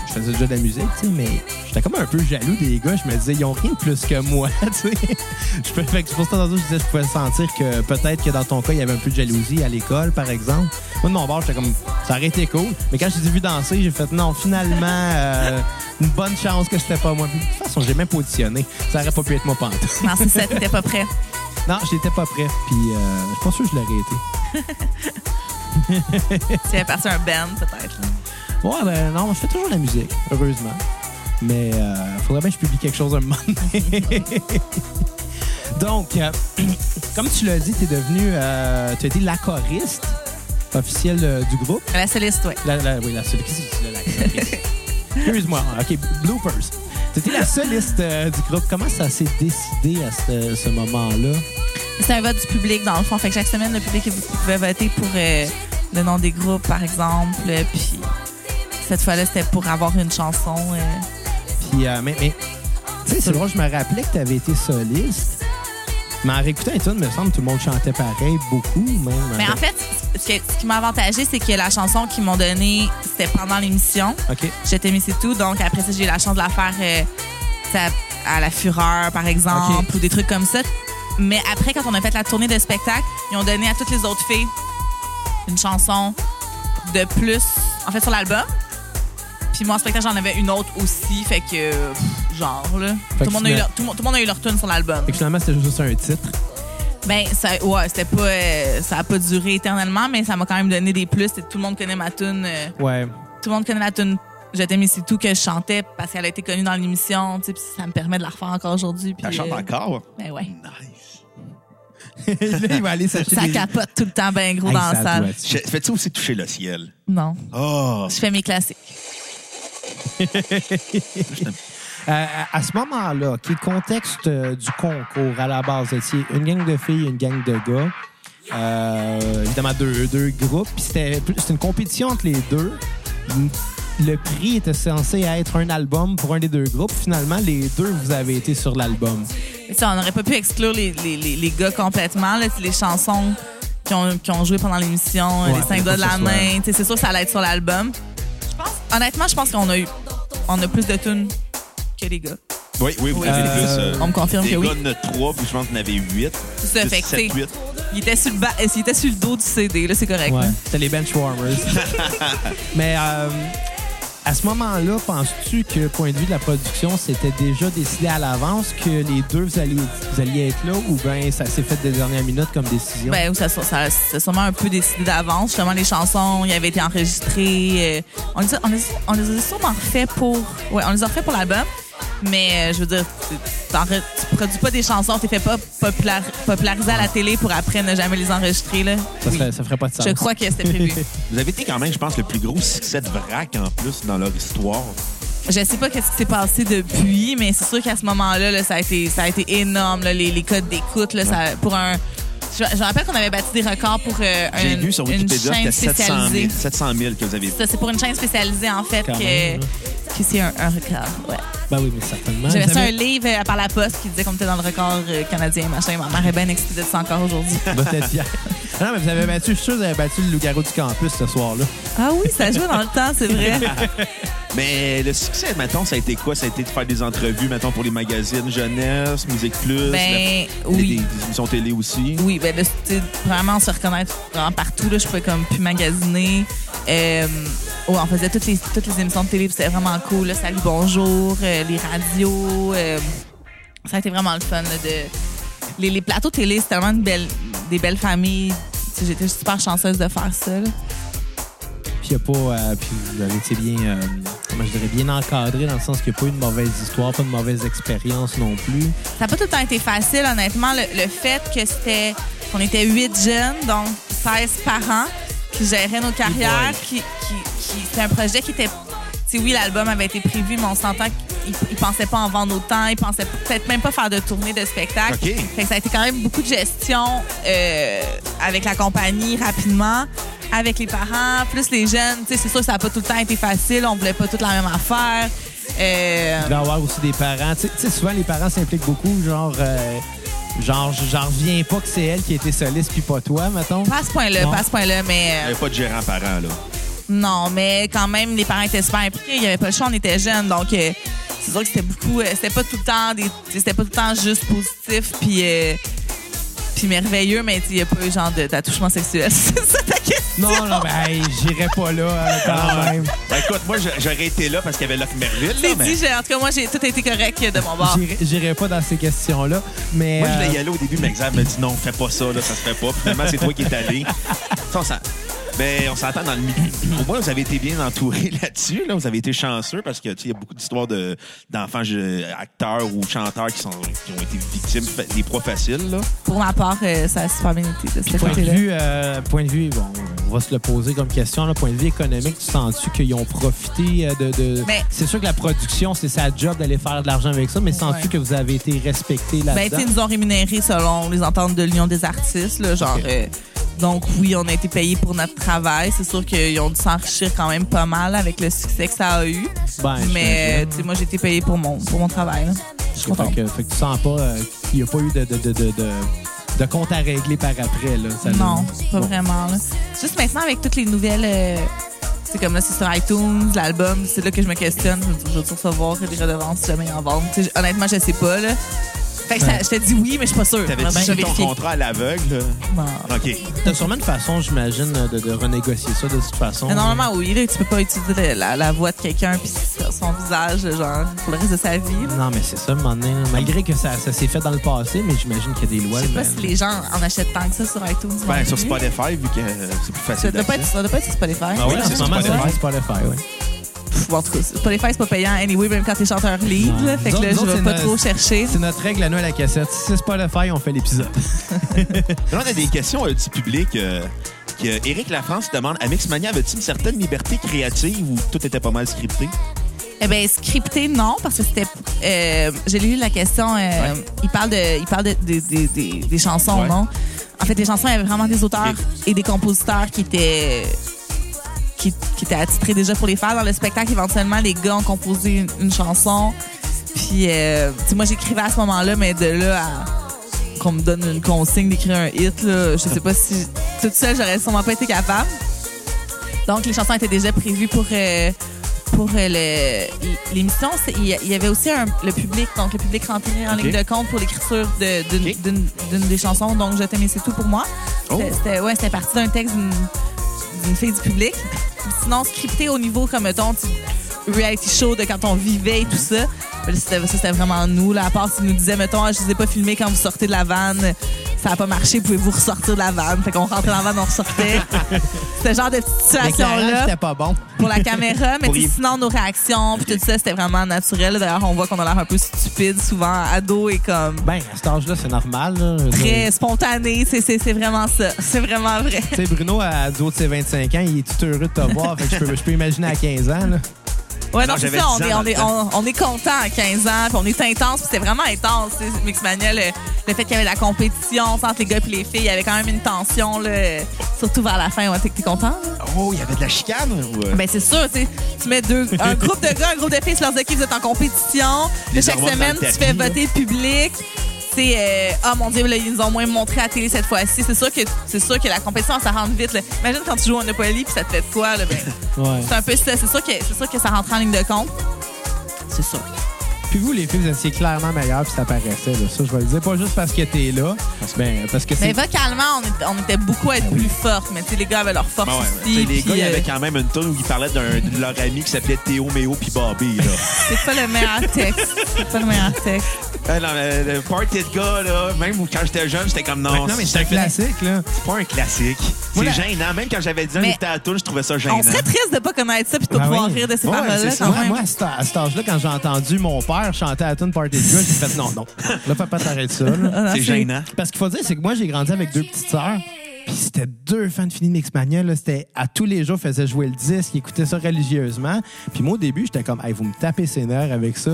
Speaker 1: je faisais déjà de la musique, tu sais, mais j'étais comme un peu jaloux des gars. Je me disais, ils ont rien de plus que moi, tu sais. Je peux- Fait que c'est pour ça, tantôt, je disais, je pouvais sentir que peut-être que dans ton cas, il y avait un peu de jalousie à l'école, par exemple. Moi, de mon bord, j'étais comme, ça aurait été cool. Mais quand je t'ai vu danser, j'ai fait, non, finalement, euh, une bonne chance que c'était pas moi. Puis, de toute façon, j'ai même positionné. Ça aurait pas pu être moi pantoute.
Speaker 3: Non, c'est ça, t'étais pas prêt.
Speaker 1: Non, j'étais pas prêt. Puis, euh, je suis pas sûr que je l'aurais été.
Speaker 3: Tu avais parti un band, peut-être. là.
Speaker 1: Ouais, ben non, je fais toujours de la musique, heureusement. Mais euh, faudrait bien que je publie quelque chose un moment donné. Donc, euh, comme tu l'as dit, t'es devenu, euh, t'as été la choriste officielle euh, du groupe.
Speaker 3: La soliste, ouais.
Speaker 1: La, la- oui, la soliste. Qu'est-ce que je dis, la choriste? Excuse-moi. OK, bloopers. T'étais la soliste euh, du groupe. Comment ça s'est décidé à ce, ce moment-là?
Speaker 3: C'est un vote du public, dans le fond. Fait que chaque semaine, le public pouvait voter pour euh, le nom des groupes, par exemple. Puis cette fois-là, c'était pour avoir une chanson. euh.
Speaker 1: Puis, euh, mais, mais, tu sais, c'est drôle, je me rappelais que tu avais été soliste. Mais en réécoutant les tunes, me semble que tout le monde chantait pareil, beaucoup même. euh,
Speaker 3: Mais en fait, ce, que- ce qui m'a avantagé, c'est que la chanson qu'ils m'ont donnée, c'était pendant l'émission.
Speaker 1: OK.
Speaker 3: Je t'aimais, c'est tout. Donc après ça, j'ai eu la chance de la faire euh, ça- à la fureur, par exemple, ou des trucs comme ça. Mais après, quand on a fait la tournée de spectacle, ils ont donné à toutes les autres filles une chanson de plus, en fait, sur l'album. Puis moi, en spectacle, j'en avais une autre aussi. Fait que, euh, pff, genre, là.
Speaker 1: que
Speaker 3: Tout le, monde a eu
Speaker 1: finalement-
Speaker 3: leur, tout, le monde- tout le monde a eu leur tune sur l'album.
Speaker 1: Fait que finalement, c'était juste un titre.
Speaker 3: Ben, ça, ouais, c'était pas. euh, ça a pas duré éternellement, mais ça m'a quand même donné des plus. C'est- Tout le monde connaît ma tune. euh,
Speaker 1: Ouais.
Speaker 3: tout le monde connaît la tune Je t'aime ici tout que je chantais parce qu'elle a été connue dans l'émission, tu sais, puis ça me permet de la refaire encore aujourd'hui. puis,
Speaker 2: T'as chante
Speaker 3: euh,
Speaker 2: encore?
Speaker 3: Ben ouais.
Speaker 2: Nice.
Speaker 1: Là, il va aller s'acheter
Speaker 3: Ça
Speaker 1: des...
Speaker 3: capote tout le temps bien gros dans la salle.
Speaker 2: Je- Fais-tu aussi toucher le ciel?
Speaker 3: Non,
Speaker 2: Oh!
Speaker 3: je fais mes classiques.
Speaker 1: Euh, à à ce moment-là, OK, contexte euh, du concours à la base, c'était une gang de filles, une gang de gars. Euh, évidemment, deux, deux groupes. Puis c'était plus- c'était une compétition entre les deux. Le prix était censé être un album pour un des deux groupes. Finalement, les deux, vous avez été sur l'album.
Speaker 3: Tu sais, on n'aurait pas pu exclure les, les, les, les gars complètement, là, les chansons qui ont, qui ont joué pendant l'émission, euh,
Speaker 1: Ouais,
Speaker 3: les
Speaker 1: faut
Speaker 3: cinq doigts de
Speaker 1: que
Speaker 3: la
Speaker 1: ce
Speaker 3: main. tu sais, C'est sûr que ça allait être sur l'album. Je pense- Honnêtement, je pense qu'on a eu on a plus de tunes que les gars.
Speaker 2: Oui, oui, vous
Speaker 3: Oui.
Speaker 2: avez
Speaker 1: Euh,
Speaker 2: plus. euh,
Speaker 3: on me confirme
Speaker 2: des
Speaker 3: que oui.
Speaker 2: gars de trois, puis je pense qu'on avait huit.
Speaker 3: C'est ça,
Speaker 2: Six,
Speaker 3: fait que,
Speaker 2: sept,
Speaker 3: tu sais,
Speaker 2: huit.
Speaker 3: il était, sur le ba- il était sur le dos du CD, là, c'est correct.
Speaker 1: Ouais,
Speaker 3: là.
Speaker 1: c'était les Benchwarmers. Mais euh, à ce moment-là, penses-tu que, point de vue de la production, c'était déjà décidé à l'avance que les deux, vous alliez, vous alliez être là ou bien ça s'est fait de dernière minute comme décision?
Speaker 3: Ben, ça, ça, ça, c'est sûrement un peu décidé d'avance. Justement, les chansons, ils avaient été enregistrées. euh, on, les a, on, les, a- on les a sûrement refait pour. Ouais, on les a refait pour l'album. Mais euh, je veux dire, tu- t'en re- tu produis pas des chansons, t'es fait pas popular- populariser à la télé pour après ne jamais les enregistrer. Là.
Speaker 1: ça,
Speaker 3: Oui.
Speaker 1: serait- ça ferait pas de sens.
Speaker 3: Je crois que c'était prévu.
Speaker 2: Vous avez été quand même, je pense, le plus gros succès de vrac en plus dans leur histoire.
Speaker 3: Je sais pas qu'est-ce qui s'est passé depuis, mais c'est sûr qu'à ce moment-là, là, ça a été, ça a été énorme. là, les, les codes d'écoute, là, ça- pour un. Je, je me rappelle qu'on avait battu des records pour euh,
Speaker 2: J'ai
Speaker 3: un-
Speaker 2: vu sur
Speaker 3: une
Speaker 2: Wikipédia
Speaker 3: chaîne
Speaker 2: c'était 700
Speaker 3: spécialisée.
Speaker 2: 000, 700 000 que vous avez
Speaker 3: Ça, c'est pour une chaîne spécialisée, en fait,
Speaker 1: Quand
Speaker 3: que,
Speaker 1: même, hein.
Speaker 3: que c'est un, un record. Ouais.
Speaker 1: Ben oui, mais certainement.
Speaker 3: J'avais
Speaker 1: Vous
Speaker 3: ça un
Speaker 1: avez-
Speaker 3: livre euh, par la poste qui disait qu'on était dans le record euh, canadien, machin. Ma mère est bien excitée de ça encore aujourd'hui.
Speaker 1: Doit être fier. non, mais vous avez battu, je suis sûr que vous avez battu le loup-garou du campus ce soir-là.
Speaker 3: Ah oui, ça joue dans le temps, c'est
Speaker 1: Ah,
Speaker 3: vrai.
Speaker 2: Mais le succès, mettons, ça a été quoi? Ça a été de faire des entrevues, mettons, pour les magazines Jeunesse, Musique Plus.
Speaker 3: Ben,
Speaker 2: la-
Speaker 3: oui.
Speaker 2: Des, des émissions télé aussi.
Speaker 3: Oui, ben, là, c'est vraiment se reconnaître vraiment partout. Là, je pouvais comme plus magasiner. Euh, ouais, on faisait toutes les, toutes les émissions de télé, puis c'était vraiment cool. Là, Salut, bonjour, euh, les radios. euh, ça a été vraiment le fun. là, de... les, les plateaux télé, c'est tellement une belle, des belles familles. Tu sais, J'étais super chanceuse de faire ça. là.
Speaker 1: Puis il y a pas. euh, puis vous avez été bien. euh, comment je dirais Bien encadré dans le sens qu'il n'y a pas eu de mauvaise histoire, pas de mauvaise expérience non plus.
Speaker 3: Ça n'a pas tout le temps été facile, honnêtement. Le, le fait que c'était. qu'on était huit jeunes, donc 16 parents, qui géraient nos carrières, qui. qui- qui- c'est un projet qui était. Tu sais, oui, l'album avait été prévu, mais on s'entend qu'ils ne pensaient pas en vendre autant, ils pensaient peut-être même pas faire de tournée de spectacle.
Speaker 2: OK.
Speaker 3: Fait que ça a été quand même beaucoup de gestion euh, avec la compagnie rapidement, avec les parents, plus les jeunes. Tu sais, c'est sûr que ça n'a pas tout le temps été facile, on voulait pas toute la même affaire. Euh,
Speaker 1: Il va y avoir aussi des parents. Tu sais- tu sais, souvent, les parents s'impliquent beaucoup, genre. euh, Genre, j- j'en reviens pas que c'est elle qui était soliste puis pas toi, mettons.
Speaker 3: pas à ce point-là,
Speaker 1: Non.
Speaker 3: pas à ce point-là,
Speaker 2: Il
Speaker 3: mais. euh,
Speaker 2: n'y avait pas de gérant parent, là.
Speaker 3: Non, mais quand même, les parents étaient super impliqués. Il n'y avait pas le choix, on était jeunes. Donc, euh, c'est sûr que c'était beaucoup. euh, c'était pas tout le temps des, c'était pas tout le temps juste positif puis, euh, puis merveilleux, mais tu sais, il n'y a pas eu genre de- d'attouchement sexuel. c'est ça ta question?
Speaker 1: Non, non, ben, hey, j'irai pas là euh, quand même.
Speaker 2: Ben, écoute, moi, je- j'aurais été là parce qu'il y avait Locke Merville, là,
Speaker 3: C'est
Speaker 2: mais
Speaker 3: dit, j'ai- en tout cas, moi, j'ai tout été correct de mon bord.
Speaker 1: J'irai- J'irai pas dans ces questions-là. Mais.
Speaker 2: Moi, je
Speaker 1: euh,
Speaker 2: voulais y aller au début, mais Xav me dit non, fais pas ça, là, ça se fait pas. Finalement, c'est toi qui es allé. Ça, on s'en- Ben, on s'entend dans le milieu. Au moins, vous avez été bien entouré là-dessus. Là. Vous avez été chanceux parce que tu sais, il y a beaucoup d'histoires de- d'enfants je- acteurs ou chanteurs qui, sont, qui ont été victimes fa- des proies faciles. Là.
Speaker 3: Pour ma part, euh, ça a super bien été de ce
Speaker 1: Point de
Speaker 3: côté-là.
Speaker 1: vue, euh, point de vue, bon, on va se le poser comme question. Là, point de vue économique, tu sens-tu qu'ils ont profité euh, de. de-
Speaker 3: Ben-
Speaker 1: c'est sûr que la production, c'est sa job d'aller faire de l'argent avec ça, mais sens-tu
Speaker 3: Ouais.
Speaker 1: que vous avez été respecté
Speaker 3: Ben, tu sais,
Speaker 1: là-dedans?
Speaker 3: ils nous ont rémunérés selon les ententes de l'Union des artistes, là, genre.
Speaker 1: Ok.
Speaker 3: euh, donc oui, on a été payés pour notre travail. C'est sûr qu'ils ont dû s'enrichir quand même pas mal avec le succès que ça a eu.
Speaker 1: Ben, je
Speaker 3: mais
Speaker 1: t'imagine.
Speaker 3: tu sais, moi, j'ai été payée pour mon, pour mon travail. là. Je suis contente.
Speaker 1: fait, que, fait que tu sens pas euh, qu'il n'y a pas eu de, de, de, de, de, de compte à régler par après. Là, Ça-
Speaker 3: Non, pas
Speaker 1: Bon.
Speaker 3: vraiment. là. Juste maintenant, avec toutes les nouvelles... euh, c'est comme là, c'est sur iTunes, l'album, c'est là que je me questionne. Je me dis, je vais recevoir des redevances si jamais ils en vendent. Tu sais, Honnêtement, je sais pas. Là. Fait que ça- je te dis oui, mais je suis pas sûre.
Speaker 2: T'avais
Speaker 3: Vraiment, je
Speaker 2: dit
Speaker 3: vais
Speaker 2: ton
Speaker 3: vérifier.
Speaker 2: contrat à l'aveugle.
Speaker 3: Non.
Speaker 2: là? OK.
Speaker 1: T'as sûrement une façon, j'imagine, de, de renégocier ça de toute façon.
Speaker 3: Mais normalement, oui. Là, tu peux pas utiliser la, la- la voix de quelqu'un puis son visage, genre, pour le reste de sa vie. là.
Speaker 1: Non, mais c'est ça, un moment donné, Malgré que ça, ça s'est fait dans le passé, mais j'imagine qu'il y a des lois.
Speaker 3: Je sais pas
Speaker 1: mais-
Speaker 3: si les gens en achètent tant que ça sur iTunes. non
Speaker 2: Ben, sur
Speaker 3: plus.
Speaker 2: Spotify, vu que euh, c'est plus
Speaker 3: Ça
Speaker 2: facile.
Speaker 3: doit, pas
Speaker 2: d'accès.
Speaker 3: être, ça doit pas être sur Spotify.
Speaker 2: Ah ouais,
Speaker 1: Oui,
Speaker 2: c'est
Speaker 1: en ce moment,
Speaker 2: Spotify.
Speaker 1: c'est Spotify, oui.
Speaker 3: Pff, bon, en tout cas, Spotify, c'est pas payant anyway, même quand t'es chanteur lead.
Speaker 1: Non.
Speaker 3: là. fait
Speaker 1: Nous
Speaker 3: que là,
Speaker 1: autres,
Speaker 3: je
Speaker 1: nous
Speaker 3: vais
Speaker 1: autres,
Speaker 3: pas
Speaker 1: c'est
Speaker 3: trop
Speaker 1: notre-
Speaker 3: chercher.
Speaker 1: C'est notre règle à nous à la cassette. Si c'est Spotify, on fait l'épisode.
Speaker 2: Là, on a des questions euh, du public. Euh, que Éric Lafrance demande à Mixmania, avait-il une certaine liberté créative ou tout était pas mal scripté?
Speaker 3: Eh ben scripté, non, parce que c'était. Euh, J'ai lu la question. euh, Il parle de, il parle de, des- des- des- des chansons,
Speaker 2: Ouais.
Speaker 3: non? En fait, les chansons, il y avait vraiment des auteurs
Speaker 2: Ok.
Speaker 3: et des compositeurs qui étaient. Qui, qui étaient attitrés déjà pour les faire dans le spectacle. Éventuellement, les gars ont composé une, une chanson. Puis, euh, tu sais, moi, j'écrivais à ce moment-là, mais de là à qu'on me donne une consigne d'écrire un hit, là, je sais pas si toute seule, j'aurais sûrement pas été capable. Donc, les chansons étaient déjà prévues pour, euh, pour euh, le- l'émission. C'est- Il y- il y avait aussi un- le public, donc le public rempli en
Speaker 2: Ok.
Speaker 3: ligne de compte pour l'écriture de- d'une
Speaker 2: Ok.
Speaker 3: d'une- d'une des chansons. Donc, Je t'aime et c'est tout pour moi.
Speaker 2: Oh.
Speaker 3: C'était- C'était ouais, c'était parti d'un texte d'une d'une fille du public. Sinon, scripté au niveau, comme mettons, tu- reality show de quand on vivait et tout ça. Mais là, c'était- Ça, c'était vraiment nous. Là. À part s'ils nous disaient, mettons, Ah, je vous ai pas filmé quand vous sortez de la vanne, ça a pas marché, pouvez-vous ressortir de la vanne? Fait qu'on rentrait dans la vanne, on ressortait. c'était le genre de petite
Speaker 1: L'éclairage,
Speaker 3: situation-là
Speaker 1: c'était pas bon.
Speaker 3: pour la caméra, mais
Speaker 2: Pour
Speaker 3: tu sais,
Speaker 2: y-
Speaker 3: sinon, nos réactions, puis tout ça, c'était vraiment naturel. D'ailleurs, on voit qu'on a l'air un peu stupide, souvent ado et comme
Speaker 1: Ben, à cet âge-là, c'est normal. là. Je veux dire,
Speaker 3: très spontané. C'est- C'est c'est vraiment ça. C'est vraiment vrai.
Speaker 1: Tu sais, Bruno, à du haut de ses 25 ans, il est tout heureux de te voir. fait que je peux, je peux imaginer à 15 ans. Là.
Speaker 3: Ouais,
Speaker 2: Non,
Speaker 3: non, c'est
Speaker 2: j'avais
Speaker 3: ça,
Speaker 2: 10
Speaker 3: on est,
Speaker 2: ans
Speaker 3: on, est,
Speaker 2: dans le
Speaker 3: on, on est content à 15 ans, puis on est intense, puis c'est vraiment intense, tu sais, Mix Mania, le, le fait qu'il y avait de la compétition entre les gars et les filles, il y avait quand même une tension, là, surtout vers la fin, ouais, t'es t'es content? là?
Speaker 2: Oh, il y avait de la chicane? ou, euh,
Speaker 3: Ben c'est sûr, tu sais, tu mets deux, un groupe de gars, un groupe de filles, sur leurs équipes, vous êtes en compétition,
Speaker 2: Les
Speaker 3: chaque
Speaker 2: hormones dans
Speaker 3: semaine,
Speaker 2: le
Speaker 3: tu fais
Speaker 2: tapis, là.
Speaker 3: voter le public, c'est euh, ah mon dieu là, ils nous ont moins montré à la télé cette fois-ci c'est sûr que c'est sûr que la compétition ça rentre vite là. imagine quand tu joues au Monopoly puis ça te fait de quoi là, ben,
Speaker 1: Ouais.
Speaker 3: c'est un peu ça c'est sûr que c'est sûr que ça rentre en ligne de compte c'est sûr
Speaker 1: Puis vous, les filles, vous étiez clairement meilleurs, puis ça paraissait. Là. Ça, je vais le dire. Pas juste parce que t'es là, ben, parce que
Speaker 3: Mais
Speaker 1: c'est...
Speaker 3: vocalement, on, est- on était beaucoup à être plus fortes, mais tu sais, les gars avaient leur force
Speaker 2: ben ouais, tu
Speaker 3: aussi.
Speaker 2: sais, les
Speaker 3: puis,
Speaker 2: gars, il y
Speaker 3: euh,
Speaker 2: avait quand même une tonne où ils parlaient d'un- de leur ami qui s'appelait Théo, Méo puis Bobby. Là.
Speaker 3: C'est pas le meilleur texte. C'est pas le meilleur texte.
Speaker 2: Euh, non, mais le party de gars, là, même où- quand j'étais jeune, j'étais comme Ben, non,
Speaker 1: Non, mais c'est un
Speaker 2: c'est
Speaker 1: classique, là.
Speaker 2: pas un classique.
Speaker 1: Voilà.
Speaker 2: C'est gênant. Même quand j'avais 10 ans,
Speaker 3: Mais-
Speaker 2: j'étais à Toul, je trouvais ça gênant.
Speaker 3: On serait triste de pas connaître ça puis de pas
Speaker 1: Ben
Speaker 3: pouvoir
Speaker 1: oui.
Speaker 3: rire de ces
Speaker 2: Ben Ouais,
Speaker 3: paroles-là
Speaker 2: c'est
Speaker 1: Ouais,
Speaker 3: quand même.
Speaker 1: moi, à cet, à cet âge-là, quand j'ai entendu mon père chanter à la tune Party de gars, j'ai fait non, non. Là, papa, t'arrêtes ça. là.
Speaker 3: Ah, non,
Speaker 2: C'est gênant.
Speaker 1: Parce qu'il faut dire, c'est que moi, j'ai grandi avec deux petites sœurs. Puis c'était deux fans de Fini Mixmania. Là. C'était à tous les jours, faisaient jouer le disque, ils écoutaient ça religieusement. Puis moi, au début, j'étais comme, hey, vous me tapez ses nerfs avec ça.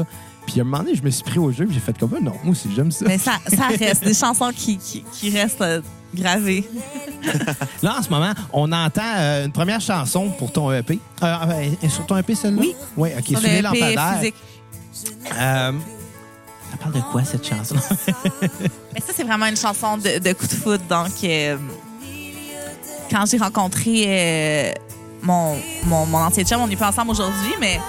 Speaker 1: Puis à un moment donné, je me suis pris au jeu, puis j'ai fait comme, Ah, non, moi aussi, j'aime ça.
Speaker 3: Mais ça, ça reste. Des chansons qui, qui, qui restent euh, gravées.
Speaker 1: Là, en ce moment, on entend euh, une première chanson pour ton EP. Euh, euh, sur ton EP, celle-là?
Speaker 3: Oui.
Speaker 1: Oui, OK,
Speaker 3: Sur
Speaker 1: sous les
Speaker 3: le EP
Speaker 1: lampadaires.
Speaker 3: physique.
Speaker 1: Euh, ça parle de quoi, cette chanson?
Speaker 3: Mais ça, c'est vraiment une chanson de, de coup de foot. Donc, euh, quand j'ai rencontré euh, mon, mon, mon ancien chum, on n'est pas ensemble aujourd'hui, mais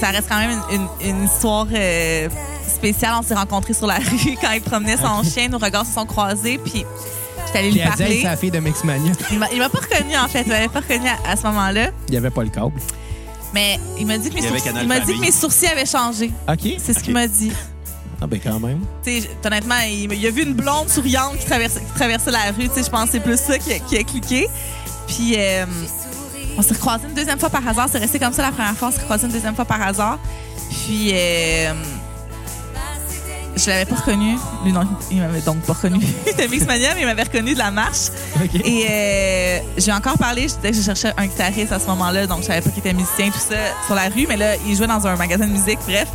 Speaker 3: ça reste quand même une, une- une histoire euh, spéciale. On s'est rencontrés sur la rue quand il promenait son chien. Nos regards se sont croisés, puis j'étais allée
Speaker 1: Puis
Speaker 3: lui
Speaker 1: elle dit, Hey, c'est
Speaker 3: parler.
Speaker 1: la fille de Mixmania.
Speaker 3: Il m'a- Il m'a pas reconnu, en fait. Il m'avait pas reconnu à, à ce moment-là.
Speaker 1: Il n'y avait pas le câble.
Speaker 3: Mais il m'a dit que mes
Speaker 2: Il y avait
Speaker 3: sourcils-
Speaker 2: Canal
Speaker 3: il m'a dit
Speaker 2: Famille.
Speaker 3: que mes sourcils avaient changé.
Speaker 1: OK.
Speaker 3: C'est ce qu'il
Speaker 2: Ok.
Speaker 3: m'a dit.
Speaker 1: Ah, ben quand même.
Speaker 3: Tu sais, honnêtement, il, il a vu une blonde souriante qui traversait, qui traversait la rue. Tu sais, Je pense que c'est plus ça qui a, qui a cliqué. Puis, euh, on s'est recroisés une deuxième fois par hasard. C'est resté comme ça la première fois. On s'est recroisés une deuxième fois par hasard. Puis, euh, je l'avais pas reconnu. Lui, non, il m'avait donc pas reconnu de Mixmania, mais il m'avait reconnu de la marche.
Speaker 1: OK.
Speaker 3: Et euh, j'ai encore parlé, je disais que je cherchais un guitariste à ce moment-là, donc je savais pas qu'il était musicien, tout ça, sur la rue, mais là, il jouait dans un magasin de musique, bref.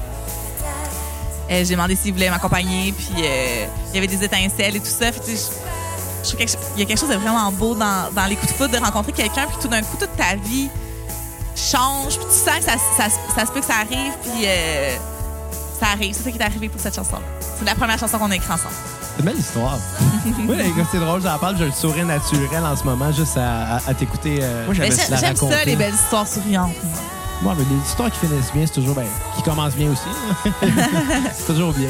Speaker 3: Euh, j'ai demandé s'il voulait m'accompagner, puis euh, il y avait des étincelles et tout ça. Fait que, tu sais, je, je trouve quelque cho- il y a quelque chose de vraiment beau dans, dans les coups de foot, de rencontrer quelqu'un, puis tout d'un coup, toute ta vie change, puis tu sens que ça, ça, ça, se peut que ça arrive, puis euh, ça arrive. C'est ça qui est arrivé pour cette chanson-là. C'est la première chanson qu'on a écrite ensemble.
Speaker 1: C'est une belle histoire. oui, les gars, c'est drôle, j'en parle, j'ai le sourire naturel en ce moment, juste à, à- à t'écouter. euh,
Speaker 2: Moi,
Speaker 3: Mais
Speaker 2: j'avais
Speaker 1: la
Speaker 3: J'aime j'aime ça,
Speaker 1: raconter.
Speaker 3: les belles histoires souriantes. moi.
Speaker 1: Ouais, mais les histoires qui finissent bien, c'est toujours bien. Qui commencent bien aussi. là. c'est toujours bien.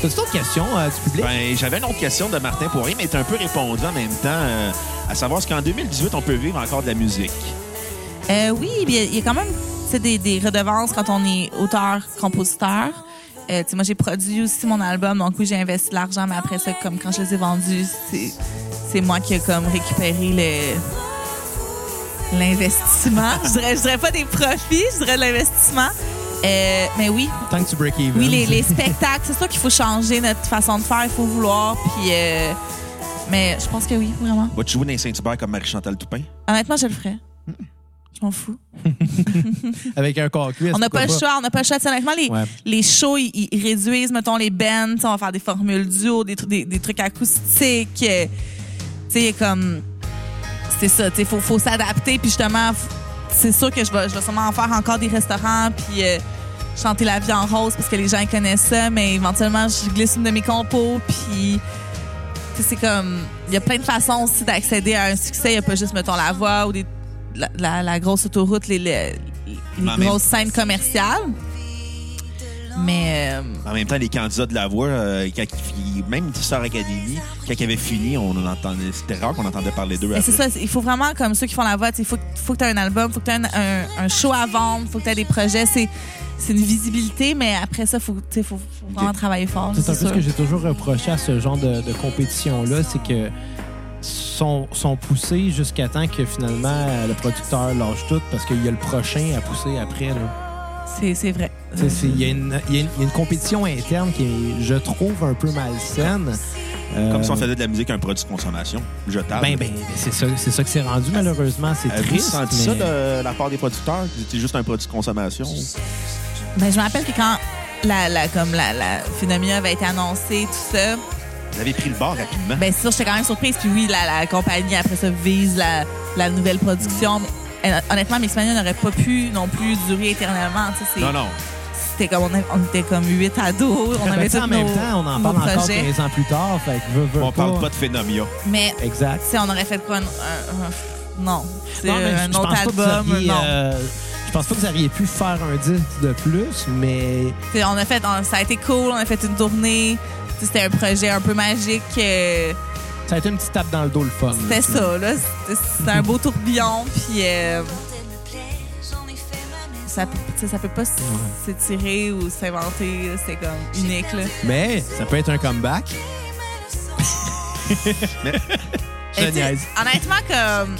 Speaker 1: T'as-tu d'autres questions euh, du public?
Speaker 2: Ben, j'avais une autre question de Martin Poirier, mais elle est un peu répondue en même temps, euh, à savoir ce qu'en 2018, on peut vivre encore de la musique.
Speaker 3: Euh, oui, il y, a- il y a quand même tu sais, des, des redevances quand on est auteur-compositeur. Euh, tu sais, moi, j'ai produit aussi mon album, donc oui, j'ai investi de l'argent, mais après ça, comme quand je les ai vendus, c'est- c'est moi qui ai comme récupéré le l'investissement. je, dirais, je dirais pas des profits, je dirais de l'investissement. Euh, mais oui,
Speaker 1: Tant que tu break even.
Speaker 3: oui, les, les spectacles, c'est sûr qu'il faut changer notre façon de faire, il faut vouloir. Puis, euh, mais je pense que oui, vraiment.
Speaker 2: Vas-tu jouer dans les Saint-Hubert comme Marie-Chantal Toupin?
Speaker 3: Honnêtement, je le ferais. Je m'en fous.
Speaker 1: Avec un corps cuisse,
Speaker 3: On n'a
Speaker 1: pourquoi
Speaker 3: pas le choix, on n'a pas le choix. Tu sais, honnêtement, les,
Speaker 1: Ouais.
Speaker 3: les shows, ils, ils réduisent, mettons, les bands. Tu sais, On va faire des formules duo, des, tru- des, des trucs acoustiques. euh, Tu sais, comme. C'est ça, tu sais, faut, faut s'adapter. Puis justement, f- c'est sûr que je vais, je vais sûrement en faire encore des restaurants. Puis. euh, chanter la vie en rose parce que les gens ils connaissent ça mais éventuellement je glisse une de mes compos puis tu sais, c'est comme il y a plein de façons aussi d'accéder à un succès il y a pas juste mettons la voix ou des- la, la- la grosse autoroute les, les- les
Speaker 2: Mais en même-
Speaker 3: grosses scènes commerciales Mais euh,
Speaker 2: En même temps, les candidats de la voix, euh, quand ils- même Star Academy, quand ils avaient fini, on en entendait, c'était rare qu'on entendait parler d'eux
Speaker 3: mais
Speaker 2: après.
Speaker 3: c'est ça, c'est- il faut vraiment, comme ceux qui font la vote, il faut, faut que tu aies un album, il faut que tu aies un, un- un show à vendre, il faut que tu aies des projets. C'est c'est une visibilité, mais après ça, il faut, tu sais, faut, faut vraiment
Speaker 2: Ok.
Speaker 3: travailler fort.
Speaker 1: C'est un peu
Speaker 3: sûr.
Speaker 1: ce que j'ai toujours reproché à ce genre de, de compétition-là, c'est que sont, sont poussés jusqu'à temps que finalement euh, le producteur lâche tout parce qu'il y a le prochain à pousser après. là.
Speaker 3: C'est- C'est vrai.
Speaker 1: Tu sais, c'est- Il y, a une- il y a une il y a une compétition interne qui est, je trouve, un peu malsaine. Euh,
Speaker 2: Comme si on faisait de la musique un produit de consommation, jetable.
Speaker 1: Ben, ben, c'est ça, c'est ça que c'est rendu, malheureusement. C'est
Speaker 2: Avez-vous
Speaker 1: triste.
Speaker 2: senti
Speaker 1: mais-
Speaker 2: ça de la part des producteurs? C'était juste un produit de consommation?
Speaker 3: Ben, je me rappelle que quand la, la, comme la, la phénomène avait été annoncée, tout ça,
Speaker 2: Vous avez pris le bord rapidement.
Speaker 3: ben c'est sûr, j'étais quand même surprise. Puis oui, la, la compagnie, après ça, vise la, la nouvelle production. Mais, euh, honnêtement, Mixmania n'aurait pas pu non plus durer éternellement. tu sais, c'est-
Speaker 2: non, non.
Speaker 3: C'était comme, on, a- on était comme 8 ados. On
Speaker 1: Ben,
Speaker 3: avait
Speaker 1: tu sais,
Speaker 3: tous
Speaker 1: en même
Speaker 3: nos-
Speaker 1: temps, on en
Speaker 3: nos
Speaker 1: parle encore
Speaker 3: projets.
Speaker 1: 15 ans plus tard. Fait que veux, veux
Speaker 2: On parle pas de Phénomia.
Speaker 3: Mais, tu
Speaker 1: Exact.
Speaker 3: sais, on aurait fait quoi? un- un- un- non. C'est
Speaker 1: Non, mais je-
Speaker 3: euh, un
Speaker 1: je
Speaker 3: autre
Speaker 1: pense pas que vous
Speaker 3: album.
Speaker 1: auriez,
Speaker 3: non.
Speaker 1: euh, je pense pas que vous auriez pu faire un disque de plus, mais
Speaker 3: T'sais, on a fait, on- ça a été cool, on a fait une tournée. T'sais, C'était un projet un peu magique. euh,
Speaker 1: ça a été une petite tape dans le dos, le fun.
Speaker 3: C'était ça, là. C'était c'était un beau tourbillon, puis euh, ça, peut- t'sais, ça peut pas s- s'étirer ou s'inventer. là. C'était comme unique, là. Euh,
Speaker 1: Mais ça peut être un comeback.
Speaker 3: Et t'sais,
Speaker 1: Génial.
Speaker 3: Honnêtement, comme,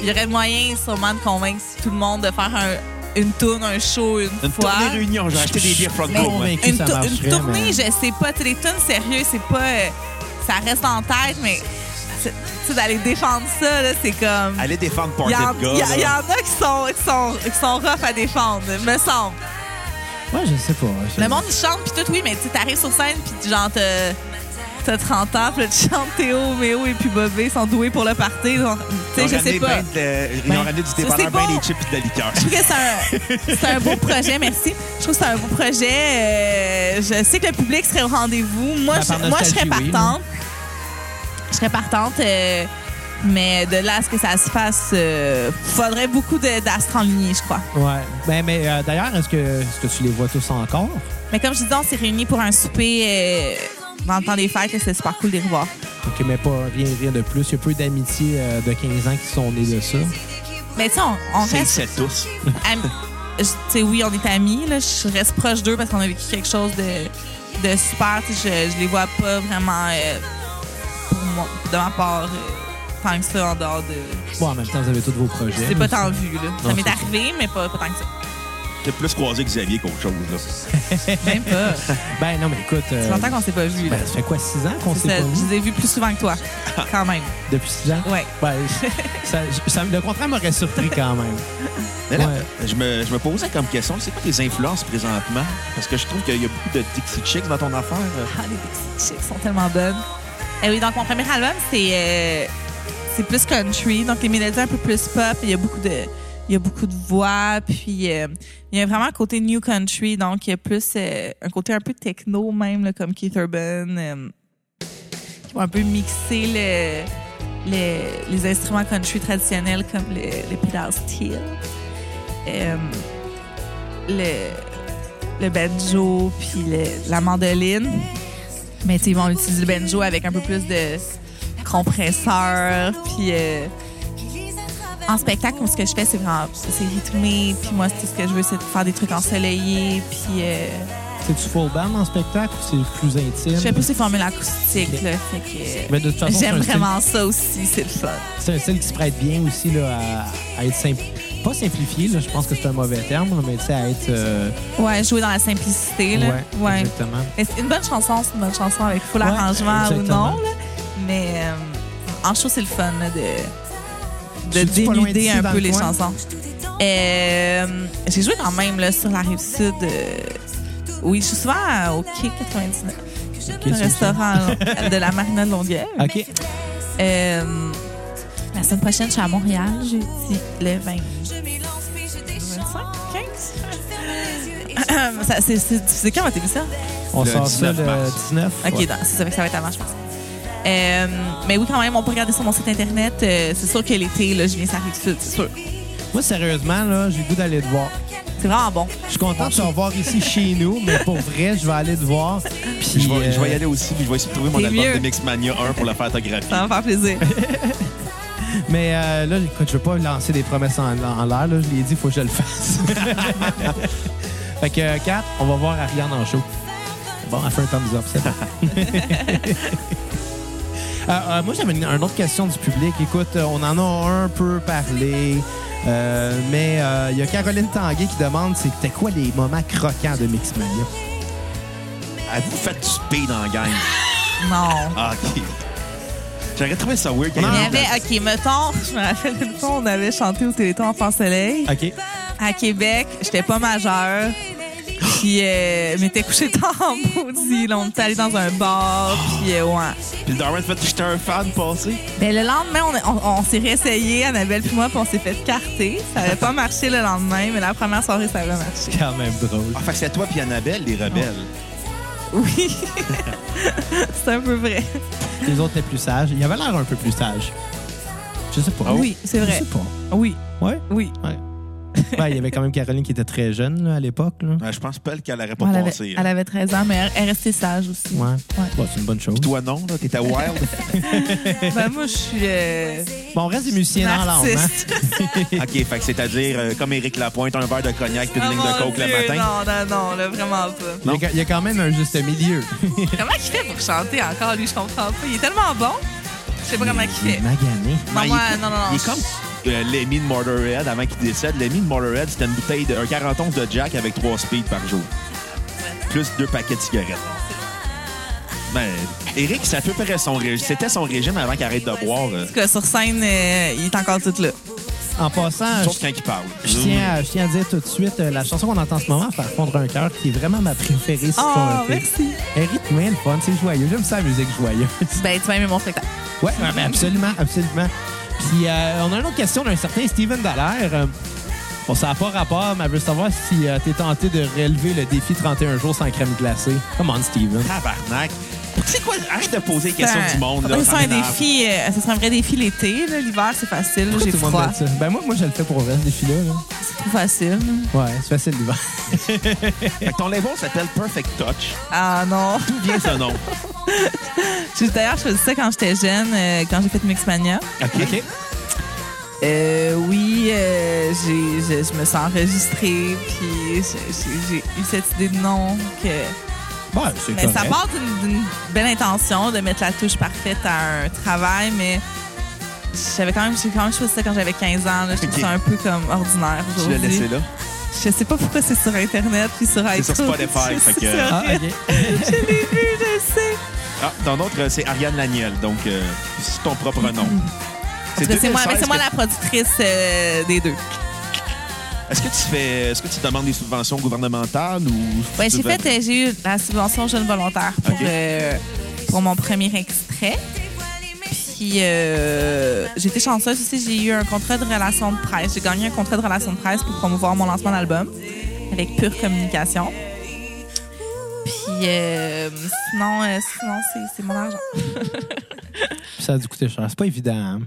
Speaker 3: il y aurait moyen sûrement de convaincre tout le monde de faire un- une tourne, un show, une,
Speaker 2: Une
Speaker 3: fois.
Speaker 2: tournée réunion, j'ai acheté des bières Front
Speaker 1: Mais-
Speaker 2: Row, moi.
Speaker 1: Mais-
Speaker 3: une,
Speaker 1: ça
Speaker 3: tou- une
Speaker 1: marcherait,
Speaker 3: tournée,
Speaker 1: mais-
Speaker 3: je sais pas. t'sais, Les tunes sérieux, c'est pas. euh, ça reste en tête, mais c'est- t'sais, d'aller défendre ça, là, c'est comme.
Speaker 2: Allez défendre
Speaker 3: Il y,
Speaker 2: Party
Speaker 3: en-
Speaker 2: de
Speaker 3: il y a- il y
Speaker 2: gars.
Speaker 3: en a qui sont, qui, sont, qui sont rough à défendre, me semble.
Speaker 1: Ouais, je sais pas. Je-
Speaker 3: Le monde, il chante, puis tout, oui, mais tu sais, t'arrives sur scène, puis genre, te- t'as 30 ans, puis là, tu chantes Théo, Méo et puis Bobé sont doués pour le party. donc, Tu sais, je sais pas.
Speaker 1: Ben.
Speaker 2: ben, euh, Ils ont ramené du
Speaker 3: c'est
Speaker 2: dépanneur,
Speaker 3: bon.
Speaker 2: ben des chips et de la liqueur.
Speaker 3: Je trouve que c'est un, c'est un beau projet, merci. Je trouve que c'est un beau projet. euh, je sais que le public serait au rendez-vous. Moi,
Speaker 1: Ben, par
Speaker 3: je, moi, je serais
Speaker 1: nostalgie, oui.
Speaker 3: partante. Je serais partante, euh, mais de là à ce que ça se fasse, euh, faudrait beaucoup de- d'astres en ligne, je crois.
Speaker 1: Ouais. Ben, mais euh, d'ailleurs, est-ce que, est-ce que tu les vois tous encore?
Speaker 3: Mais comme je disais, on s'est réunis pour un souper euh, dans le temps des fêtes. là, C'est super cool de les revoir.
Speaker 1: Ok, mais pas rien, rien de plus. Il y a peu d'amitiés euh, de 15 ans qui sont nées de ça.
Speaker 3: Mais tu sais, on, on
Speaker 2: C'est
Speaker 3: reste...
Speaker 2: sept tous.
Speaker 3: ami- je- Tu sais, oui, on est amis. Là, je reste proche d'eux parce qu'on a vécu quelque chose de, de super. Tu sais, je, je les vois pas vraiment, euh, pour moi, de ma part, euh, tant que ça en dehors de...
Speaker 1: Bon, en même temps, vous avez tous vos projets.
Speaker 3: C'est pas tant vu, là. Ça
Speaker 1: Non,
Speaker 3: m'est
Speaker 1: c'est
Speaker 3: arrivé, mais pas, pas tant que ça.
Speaker 2: T'as plus croisé Xavier qu'autre chose, là.
Speaker 3: Même pas.
Speaker 1: Ben non, mais écoute. euh,
Speaker 3: C'est longtemps qu'on s'est pas vu, là.
Speaker 1: ben, ça fait quoi, 6 ans qu'on
Speaker 3: C'est
Speaker 1: s'est
Speaker 3: ça,
Speaker 1: pas
Speaker 3: je
Speaker 1: vus?
Speaker 3: les ai vus plus souvent que toi, quand même.
Speaker 1: Depuis 6 ans?
Speaker 3: Ouais.
Speaker 1: Ben, ça, ça- le contraire m'aurait surpris quand même.
Speaker 2: Mais là,
Speaker 1: Ouais.
Speaker 2: je, me, je me posais comme question, c'est quoi tes influences présentement? Parce que je trouve qu'il y a beaucoup de Dixie Chicks dans ton affaire.
Speaker 3: Ah, les Dixie Chicks sont tellement bonnes. Eh oui, donc mon premier album, c'est euh, c'est plus country, donc les mélodies un peu plus pop. Il y a beaucoup de il y a beaucoup de voix, puis euh, il y a vraiment un côté new country, donc il y a plus euh, un côté un peu techno même, là, comme Keith Urban, euh, qui vont un peu mixer le- le- les instruments country traditionnels comme le, le pedal steel, euh, le le banjo puis le- la mandoline. Mais tu sais, ils vont utiliser le banjo avec un peu plus de compresseur. Puis euh, en spectacle, moi, ce que je fais, c'est vraiment c'est rythmé. Puis moi, c'est ce que je veux, c'est de faire des trucs ensoleillés. Puis euh,
Speaker 1: C'est-tu full band en spectacle ou c'est plus intime?
Speaker 3: je fais plus les formules acoustiques. Là, fait que, euh,
Speaker 1: Mais de toute façon, c'est
Speaker 3: j'aime
Speaker 1: un style-
Speaker 3: vraiment ça aussi, c'est le fun.
Speaker 1: C'est un style qui se prête bien aussi là, à, à être simple. Pas simplifié, là, je pense que c'est un mauvais terme, là, mais tu sais, à être. euh,
Speaker 3: Ouais, jouer dans la simplicité. Là.
Speaker 1: ouais,
Speaker 3: Ouais.
Speaker 1: exactement.
Speaker 3: Mais c'est une bonne chanson, c'est une bonne chanson avec full
Speaker 1: Ouais,
Speaker 3: arrangement ou
Speaker 1: exactement.
Speaker 3: non. là. Mais euh, en show, c'est le fun là, de, de
Speaker 1: Tu dis pas loin
Speaker 3: dénuder
Speaker 1: d'ici,
Speaker 3: un
Speaker 1: dans
Speaker 3: peu
Speaker 1: le
Speaker 3: les
Speaker 1: coin?
Speaker 3: chansons. Euh, J'ai joué quand même là, sur la rive sud. euh, oui, je suis souvent à- au Quai 99,
Speaker 1: c'est
Speaker 3: le
Speaker 1: ça.
Speaker 3: restaurant là, de la Marina de Longueuil.
Speaker 1: OK.
Speaker 3: Euh, la semaine prochaine, je suis à Montréal, jeudi le 20. 25, 15? Ça, c'est- c'est- C'est quand votre émission?
Speaker 1: On
Speaker 2: Le
Speaker 1: sort ça
Speaker 2: 19
Speaker 1: le
Speaker 2: mars.
Speaker 1: 19.
Speaker 3: OK,
Speaker 1: Ouais.
Speaker 3: non, c'est ça que ça va être avant, je pense. Euh, mais oui, quand même, on peut regarder sur mon site Internet. Euh, c'est sûr que l'été, là, je viens, ça arrive sud, c'est sûr.
Speaker 1: Moi, sérieusement, là, j'ai le goût d'aller te voir.
Speaker 3: C'est vraiment bon.
Speaker 1: Je suis content de te revoir ici chez nous, mais pour vrai, je vais aller te voir. Puis,
Speaker 2: Je vais, je vais y
Speaker 1: euh,
Speaker 2: aller aussi, puis je vais essayer de trouver mon
Speaker 3: T'es
Speaker 2: album
Speaker 3: mieux. Ah.
Speaker 2: de Mixmania 1 pour le faire autographier.
Speaker 3: Ça va me faire plaisir.
Speaker 1: Mais euh, là, écoute, je veux pas lancer des promesses en, en l'air. Là, je l'ai dit, il faut que je le fasse. fait que, euh, Kat, on va voir Ariane en show. Bon, elle fait un thumbs up, c'est bon. Euh, euh, moi, j'avais une, une autre question du public. Écoute, euh, on en a un peu parlé, euh, mais euh, il y a Caroline Tanguay qui demande c'était quoi les moments croquants de Mixmania?
Speaker 2: Ah, vous faites du speed en gang.
Speaker 3: Non.
Speaker 2: Ah, OK. J'aurais trouvé ça weird.
Speaker 3: Il y
Speaker 1: Ah.
Speaker 2: quand
Speaker 3: avait, OK, mettons, je me rappelle une fois, on avait chanté au Téléthon Enfant Soleil.
Speaker 1: OK.
Speaker 3: À Québec, j'étais pas majeure. Puis, euh, m'étais couché tard en maudit. Là, on était allé dans un bar. Puis, euh, ouais.
Speaker 2: Puis Darren fait j'étais un fan passé.
Speaker 3: Ben, le lendemain, on, est- on- on s'est réessayé, Annabelle puis moi, puis on s'est fait carter. Ça avait pas marché le lendemain, mais la première soirée, ça avait marché.
Speaker 1: C'est quand même drôle.
Speaker 2: Ah, fait que c'est toi puis Annabelle, les rebelles.
Speaker 3: Oui. C'est un peu vrai.
Speaker 1: Les autres étaient plus sages. Il y avait l'air un peu plus sage. Je sais pas.
Speaker 3: Oui, c'est
Speaker 1: Je
Speaker 3: vrai.
Speaker 1: sais pas.
Speaker 3: Oui,
Speaker 1: Ouais?
Speaker 3: oui.
Speaker 1: Ouais. Ben, il y avait quand même Caroline qui était très jeune là, à l'époque. là.
Speaker 2: Ah, je pense pas qu'elle aurait pas
Speaker 3: Elle avait,
Speaker 2: passé. hein.
Speaker 3: elle avait 13 ans, mais elle, elle restait sage aussi.
Speaker 1: euh. Ouais. Bon, c'est une bonne chose.
Speaker 2: Toi, non, là, t'étais wild.
Speaker 3: Ben, moi, je suis euh,
Speaker 1: Bon, on reste des musiciens dans l'âme. Hein?
Speaker 3: narcissiste.
Speaker 2: OK, fait que c'est-à-dire, euh, comme Éric Lapointe, un verre de cognac puis une
Speaker 3: Ah,
Speaker 2: ligne
Speaker 3: mon
Speaker 2: de coke
Speaker 3: Dieu,
Speaker 2: le matin.
Speaker 3: Non, non, non, là, vraiment pas.
Speaker 1: Il y a- il y a quand même un juste milieu.
Speaker 3: Comment il fait pour chanter encore, lui? Je comprends pas. Il est tellement bon. Je sais pas comment il fait.
Speaker 1: Magané.
Speaker 3: Non,
Speaker 2: Mais Ben,
Speaker 3: moi,
Speaker 2: il est-
Speaker 3: non, non, non.
Speaker 2: Il est comme euh, Lemmy de Motorhead avant qu'il décède. Lemmy de Motorhead, c'était une bouteille de un 40 onces de Jack avec 3 speeds par jour. Plus deux paquets de cigarettes. Ben, Eric, ça peut paraître son régime. C'était son régime avant qu'il arrête de boire. euh,
Speaker 3: En tout cas, sur scène, euh, il est encore tout là.
Speaker 1: En passant,
Speaker 2: sauf
Speaker 1: je,
Speaker 2: quand il parle.
Speaker 1: je tiens à, je tiens à dire tout de suite, euh, la chanson qu'on entend en ce moment, Faire fondre un cœur, qui est vraiment ma préférée sur
Speaker 3: Oh,
Speaker 1: ton EP.
Speaker 3: merci.
Speaker 1: Elle est rythmée, le fun, c'est joyeux. J'aime ça, la musique joyeuse.
Speaker 3: Ben, tu vas aimer mon spectacle.
Speaker 1: Ouais, ouais, ben absolument, absolument. Puis euh, on a une autre question d'un certain Steven Dallaire. Euh, bon, ça n'a pas rapport, mais elle veut savoir si euh, t'es tenté de relever le défi 31 jours sans crème glacée. Come on, Steven.
Speaker 2: Tabarnak. C'est quoi? Arrête de poser les questions
Speaker 3: Ben,
Speaker 2: du monde.
Speaker 3: ça
Speaker 2: Là,
Speaker 3: serait un
Speaker 2: m'énerve.
Speaker 3: défi, euh, ça serait un vrai défi l'été. là. L'hiver, c'est facile.
Speaker 1: Pourquoi
Speaker 3: J'ai
Speaker 1: tout le monde
Speaker 3: froid.
Speaker 1: fait ça? Ben moi, moi, je le fais pour vrai, ce défi-là. là.
Speaker 3: C'est trop facile.
Speaker 1: Ouais, c'est facile l'hiver.
Speaker 2: Fait que ton label s'appelle Perfect Touch.
Speaker 3: Ah non.
Speaker 2: D'où vient ce nom?
Speaker 3: J'ai- D'ailleurs, je faisais ça quand j'étais jeune, euh, quand j'ai fait Mixmania.
Speaker 2: OK.
Speaker 3: Euh, oui, euh, j'ai- je, je me suis enregistrée, puis j'ai- j'ai j'ai eu cette idée de nom. Que...
Speaker 1: Ouais, c'est
Speaker 3: Mais ça
Speaker 1: correct.
Speaker 3: part d'une- d'une belle intention de mettre la touche parfaite à un travail, mais j'avais quand même, j'ai quand même choisi ça quand j'avais 15 ans. Là. Je trouve
Speaker 2: Ok.
Speaker 3: ça un peu comme ordinaire
Speaker 2: Tu l'as laissé
Speaker 3: aujourd'hui.
Speaker 2: là.
Speaker 3: Je sais pas pourquoi c'est sur Internet puis sur iTunes.
Speaker 2: sur Spotify,
Speaker 3: Je
Speaker 2: fait
Speaker 3: sais,
Speaker 2: que- hein?
Speaker 3: c'est
Speaker 1: Ah,
Speaker 3: horrible.
Speaker 1: OK.
Speaker 3: Je l'ai vu, je sais.
Speaker 2: Ah, ton autre, c'est Ariane Laniel, donc euh, c'est ton propre nom.
Speaker 3: Mm-hmm. En tout cas, C'est moi, mais
Speaker 2: 2016
Speaker 3: c'est moi
Speaker 2: que-
Speaker 3: la productrice euh, des deux.
Speaker 2: Est-ce que tu fais, est-ce que tu demandes des subventions gouvernementales ou
Speaker 3: Ouais,
Speaker 2: tu
Speaker 3: j'ai
Speaker 2: vas-
Speaker 3: fait, euh, j'ai eu la subvention jeune volontaire pour,
Speaker 2: Ok.
Speaker 3: euh, pour mon premier extrait. Puis euh, j'ai été chanceuse aussi, j'ai eu un contrat de relation de presse. J'ai gagné un contrat de relation de presse pour promouvoir mon lancement d'album avec Pure Communication. Puis euh, sinon, euh, sinon c'est- c'est mon argent.
Speaker 1: Puis ça a dû coûter cher. C'est pas évident. hein.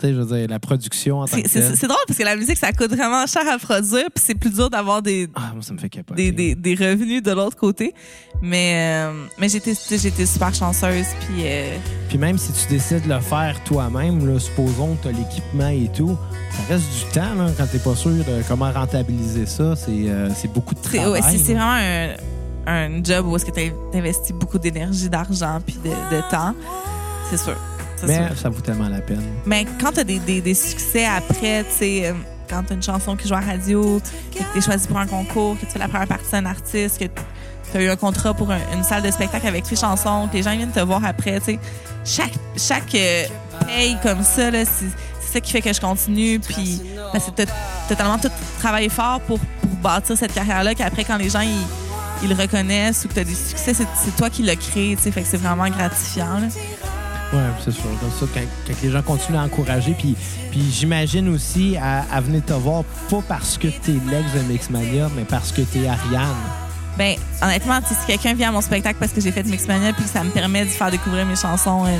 Speaker 1: Tu sais, je veux dire, la production en tant
Speaker 3: C'est-
Speaker 1: que
Speaker 3: C'est
Speaker 1: telle.
Speaker 3: c'est drôle parce que la musique, ça coûte vraiment cher à produire, puis c'est plus dur d'avoir des,
Speaker 1: Ah, moi, ça me fait capoter.
Speaker 3: des, des, des revenus de l'autre côté. Mais, euh, mais j'étais j'étais super chanceuse, puis euh,
Speaker 1: Puis même si tu décides de le faire toi-même, là, supposons que tu as l'équipement et tout, ça reste du temps là, quand tu pas sûr de comment rentabiliser ça. C'est euh, c'est beaucoup de
Speaker 3: c'est
Speaker 1: travail.
Speaker 3: ouais, c'est- c'est
Speaker 1: là.
Speaker 3: vraiment un, un job où est-ce que tu investis beaucoup d'énergie, d'argent, puis de, de temps. C'est sûr. C'est sûr.
Speaker 1: Mais ça vaut tellement la peine.
Speaker 3: Mais quand t'as des, des, des succès après, tu sais, euh, quand t'as une chanson qui joue à la radio, et que t'es choisi pour un concours, que tu fais la première partie d'un artiste, que t'as eu un contrat pour un- une salle de spectacle avec tes chansons, que les gens viennent te voir après, tu sais, chaque, chaque euh, paye comme ça, là, c'est c'est ça qui fait que je continue. Puis, ben, c'est tout- totalement tout travailler fort pour, pour bâtir cette carrière-là, qu'après, quand les gens, ils, ils le reconnaissent ou que t'as des succès, c'est c'est toi qui l'as créé, tu sais, fait que c'est vraiment gratifiant, là.
Speaker 1: Ouais, c'est sûr. Comme ça, quand, quand les gens continuent à encourager, puis, puis j'imagine aussi à, à venir te voir, pas parce que t'es l'ex de Mixmania, mais parce que t'es Ariane.
Speaker 3: Ben, honnêtement, tu sais, si quelqu'un vient à mon spectacle parce que j'ai fait Mixmania puis que ça me permet de faire découvrir mes chansons, euh,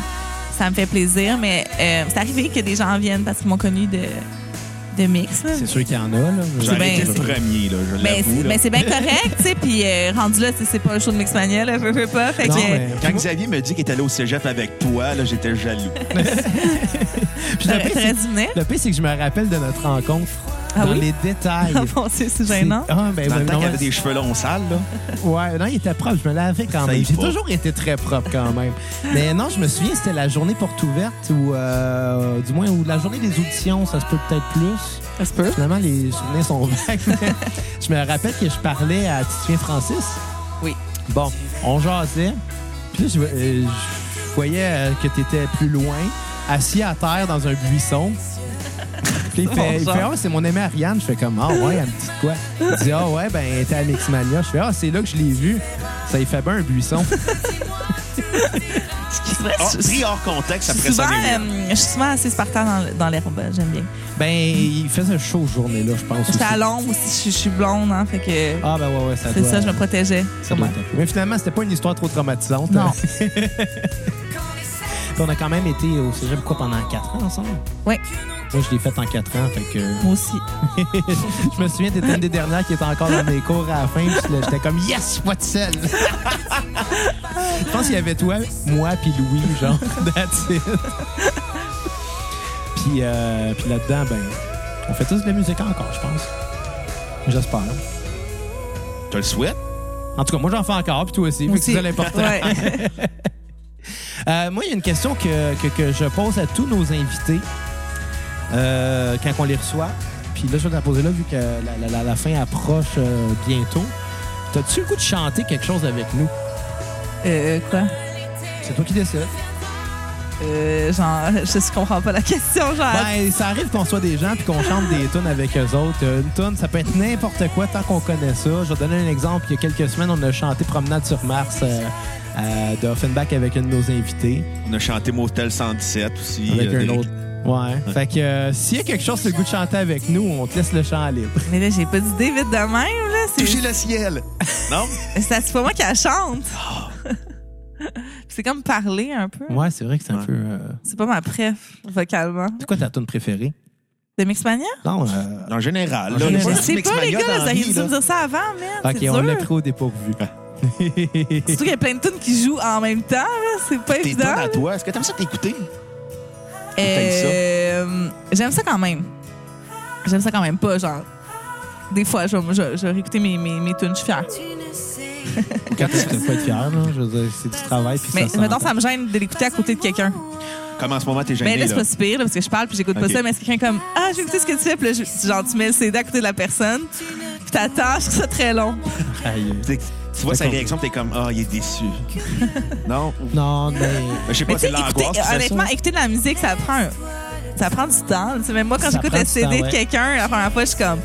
Speaker 3: ça me fait plaisir. Mais euh, c'est arrivé que des gens viennent parce qu'ils m'ont connu de, de mix. là.
Speaker 1: C'est sûr qu'il y en a, là. Ben,
Speaker 2: J'aurais été
Speaker 3: bien-
Speaker 2: le premier, là, je
Speaker 3: euh, Ben,
Speaker 2: l'avoue.
Speaker 3: c'est-
Speaker 2: là.
Speaker 3: ben, c'est bien correct, tu sais. Puis euh, rendu là, tu sais, c'est pas un show de Mixmania, là, je veux pas. Fait
Speaker 1: Non,
Speaker 3: que,
Speaker 1: mais-
Speaker 2: Quand Xavier me dit qu'il est allé au cégep avec toi, là, j'étais jaloux.
Speaker 1: Puis le pire,
Speaker 3: T'aurais
Speaker 1: c'est-
Speaker 3: dû venir.
Speaker 1: le pire, c'est que je me rappelle de notre rencontre
Speaker 3: Ah
Speaker 1: dans
Speaker 3: oui?
Speaker 1: les détails.
Speaker 3: Ah bon, c'est c'est gênant.
Speaker 1: C'est- Ah, ben,
Speaker 2: Dans
Speaker 1: ben,
Speaker 2: le temps
Speaker 1: non,
Speaker 2: qu'il avait
Speaker 1: ouais.
Speaker 2: des cheveux longs sales, là.
Speaker 1: Ouais, non, il était propre. Je me lavais quand
Speaker 2: Ça y
Speaker 1: même.
Speaker 2: est
Speaker 1: J'ai
Speaker 2: pas.
Speaker 1: toujours été très propre quand même. Mais non, je me souviens, c'était la journée porte ouverte ou euh, du moins ou la journée des auditions, ça se peut peut-être plus.
Speaker 3: Ça se peut.
Speaker 1: Finalement, les souvenirs sont vagues. mais je me rappelle que je parlais à Titien Francis.
Speaker 3: Oui.
Speaker 1: Bon, on jasait. Puis là, je, euh, je voyais euh, que tu étais plus loin, assis à terre dans un buisson. Puis il fait, il
Speaker 3: Bonjour.
Speaker 1: fait, Ah, c'est mon amie Ariane. Je fais comme, ah ouais, elle me dit de quoi? Il dit, ah ouais, ben, elle était à Mixmania. Je fais, ah, c'est là que je l'ai vue. Ça y fait bien un buisson.
Speaker 3: Ce qui serait-
Speaker 2: Hors- Ah, Pris hors contexte,
Speaker 3: je,
Speaker 2: après
Speaker 3: suis souvent,
Speaker 2: ça, on est-
Speaker 3: euh, je suis souvent assez spartan dans, le- dans l'herbe, j'aime bien.
Speaker 1: ben, il faisait chaud cette journée-là, je pense.
Speaker 3: J'étais
Speaker 1: aussi.
Speaker 3: à l'ombre aussi, je, suis- je suis blonde, hein, fait que
Speaker 1: Ah, ben ouais, ouais, ça
Speaker 3: c'est
Speaker 1: doit-
Speaker 3: ça, je me protégeais.
Speaker 1: ça doit être un peu. Mais finalement, c'était pas une histoire trop traumatisante.
Speaker 3: Non.
Speaker 1: Puis on a quand même été au cégep quoi pendant 4 ans ensemble.
Speaker 3: Oui,
Speaker 1: Moi, je l'ai fait en 4 ans, fait que.
Speaker 3: moi aussi.
Speaker 1: je me souviens, t'étais une des dernières qui était encore dans mes cours à la fin, puis là, j'étais comme Yes, pas de sel! je pense qu'il y avait toi, moi, puis Louis, genre, that's it. puis, euh, puis là-dedans, ben, on fait tous de la musique encore, je pense. J'espère.
Speaker 2: Je te le souhaite.
Speaker 1: En tout cas, moi, j'en fais encore, puis toi aussi, fait que c'est ça l'important.
Speaker 3: Ouais.
Speaker 1: Euh, moi, il y a une question que, que, que je pose à tous nos invités euh, quand on les reçoit. Puis là, je vais te la poser là, vu que la, la- la- la fin approche euh, bientôt. T'as-tu le goût de chanter quelque chose avec nous?
Speaker 3: Euh, quoi?
Speaker 1: C'est toi qui décides.
Speaker 3: Euh, genre, je je comprends pas la question, genre.
Speaker 1: Ben, ça arrive qu'on soit des gens puis qu'on chante des tunes avec eux autres. Euh, Une tune, ça peut être n'importe quoi tant qu'on connaît ça. Je vais donner un exemple. Il y a quelques semaines, on a chanté Promenade sur Mars euh, euh, de Offenbach avec un de nos invités.
Speaker 2: On a chanté Motel 117 aussi.
Speaker 1: Avec
Speaker 2: euh,
Speaker 1: un
Speaker 2: d'Éric-
Speaker 1: autre. Ouais. Fait que euh, s'il y a quelque chose que le goût de chanter avec nous, on te laisse le champ libre.
Speaker 3: Mais là, j'ai pas d'idée vite de même, là. C'est-
Speaker 2: Toucher le ciel. Non?
Speaker 3: Ça, c'est pas moi qui la chante. c'est comme parler un peu.
Speaker 1: Ouais, c'est vrai que c'est un
Speaker 2: Ah. Ouais.
Speaker 1: peu. euh,
Speaker 3: C'est pas ma préf, vocalement.
Speaker 1: C'est quoi ta tune préférée?
Speaker 3: De Mixmania?
Speaker 1: Non, euh,
Speaker 2: En général.
Speaker 1: En
Speaker 2: là,
Speaker 1: général.
Speaker 2: le
Speaker 3: Je
Speaker 2: petit
Speaker 3: sais pas, les
Speaker 2: Mixmania
Speaker 3: gars, là,
Speaker 2: dans
Speaker 3: vous
Speaker 2: la
Speaker 3: auriez
Speaker 2: vie,
Speaker 3: dû me
Speaker 2: là.
Speaker 3: dire ça avant, man.
Speaker 1: Ok,
Speaker 3: c'est
Speaker 1: on
Speaker 3: dur.
Speaker 1: l'a pris au dépourvu.
Speaker 3: Surtout qu'il y a plein de tunes qui jouent en même temps, là. c'est pas
Speaker 2: Tes
Speaker 3: évident.
Speaker 2: tunes à toi, est-ce que t'aimes ça t'écouter?
Speaker 3: Euh, J'aime ça quand même. J'aime ça quand même pas, genre. Des fois, je vais, je vais- je vais réécouter mes, mes, mes tunes, je suis fière.
Speaker 1: Quand tu peux pas être fier, là, je veux dire, c'est du travail. Puis
Speaker 3: Mais
Speaker 1: ça
Speaker 3: maintenant,
Speaker 1: s'entend.
Speaker 3: ça me gêne de l'écouter à côté de quelqu'un.
Speaker 2: Comme en ce moment, t'es
Speaker 3: Mais
Speaker 2: gêné,
Speaker 3: Ben, là, c'est
Speaker 2: là.
Speaker 3: pas super, là, parce que je parle puis j'écoute
Speaker 2: Ok.
Speaker 3: pas ça. Mais c'est quelqu'un comme Ah, j'ai écouté ce que tu fais. Puis là, je- genre, tu mets le CD à côté de la personne. Puis t'attends, je trouve ça très long.
Speaker 1: Aïe.
Speaker 2: T'sais, Tu vois sa réaction, t'es comme, ah, il est déçu. non?
Speaker 1: Non, mais.
Speaker 2: Je sais
Speaker 3: Mais
Speaker 2: pas,
Speaker 3: tu
Speaker 2: c'est
Speaker 3: sais, écouter,
Speaker 2: l'angoisse. qui fait
Speaker 3: honnêtement,
Speaker 2: ça.
Speaker 3: écouter de la musique, ça prend, un- ça prend du temps. Tu sais, même moi, quand
Speaker 1: Ça
Speaker 3: j'écoute
Speaker 1: prend
Speaker 3: le
Speaker 1: du
Speaker 3: CD
Speaker 1: temps,
Speaker 3: de
Speaker 1: ouais.
Speaker 3: quelqu'un, la première fois, je suis comme,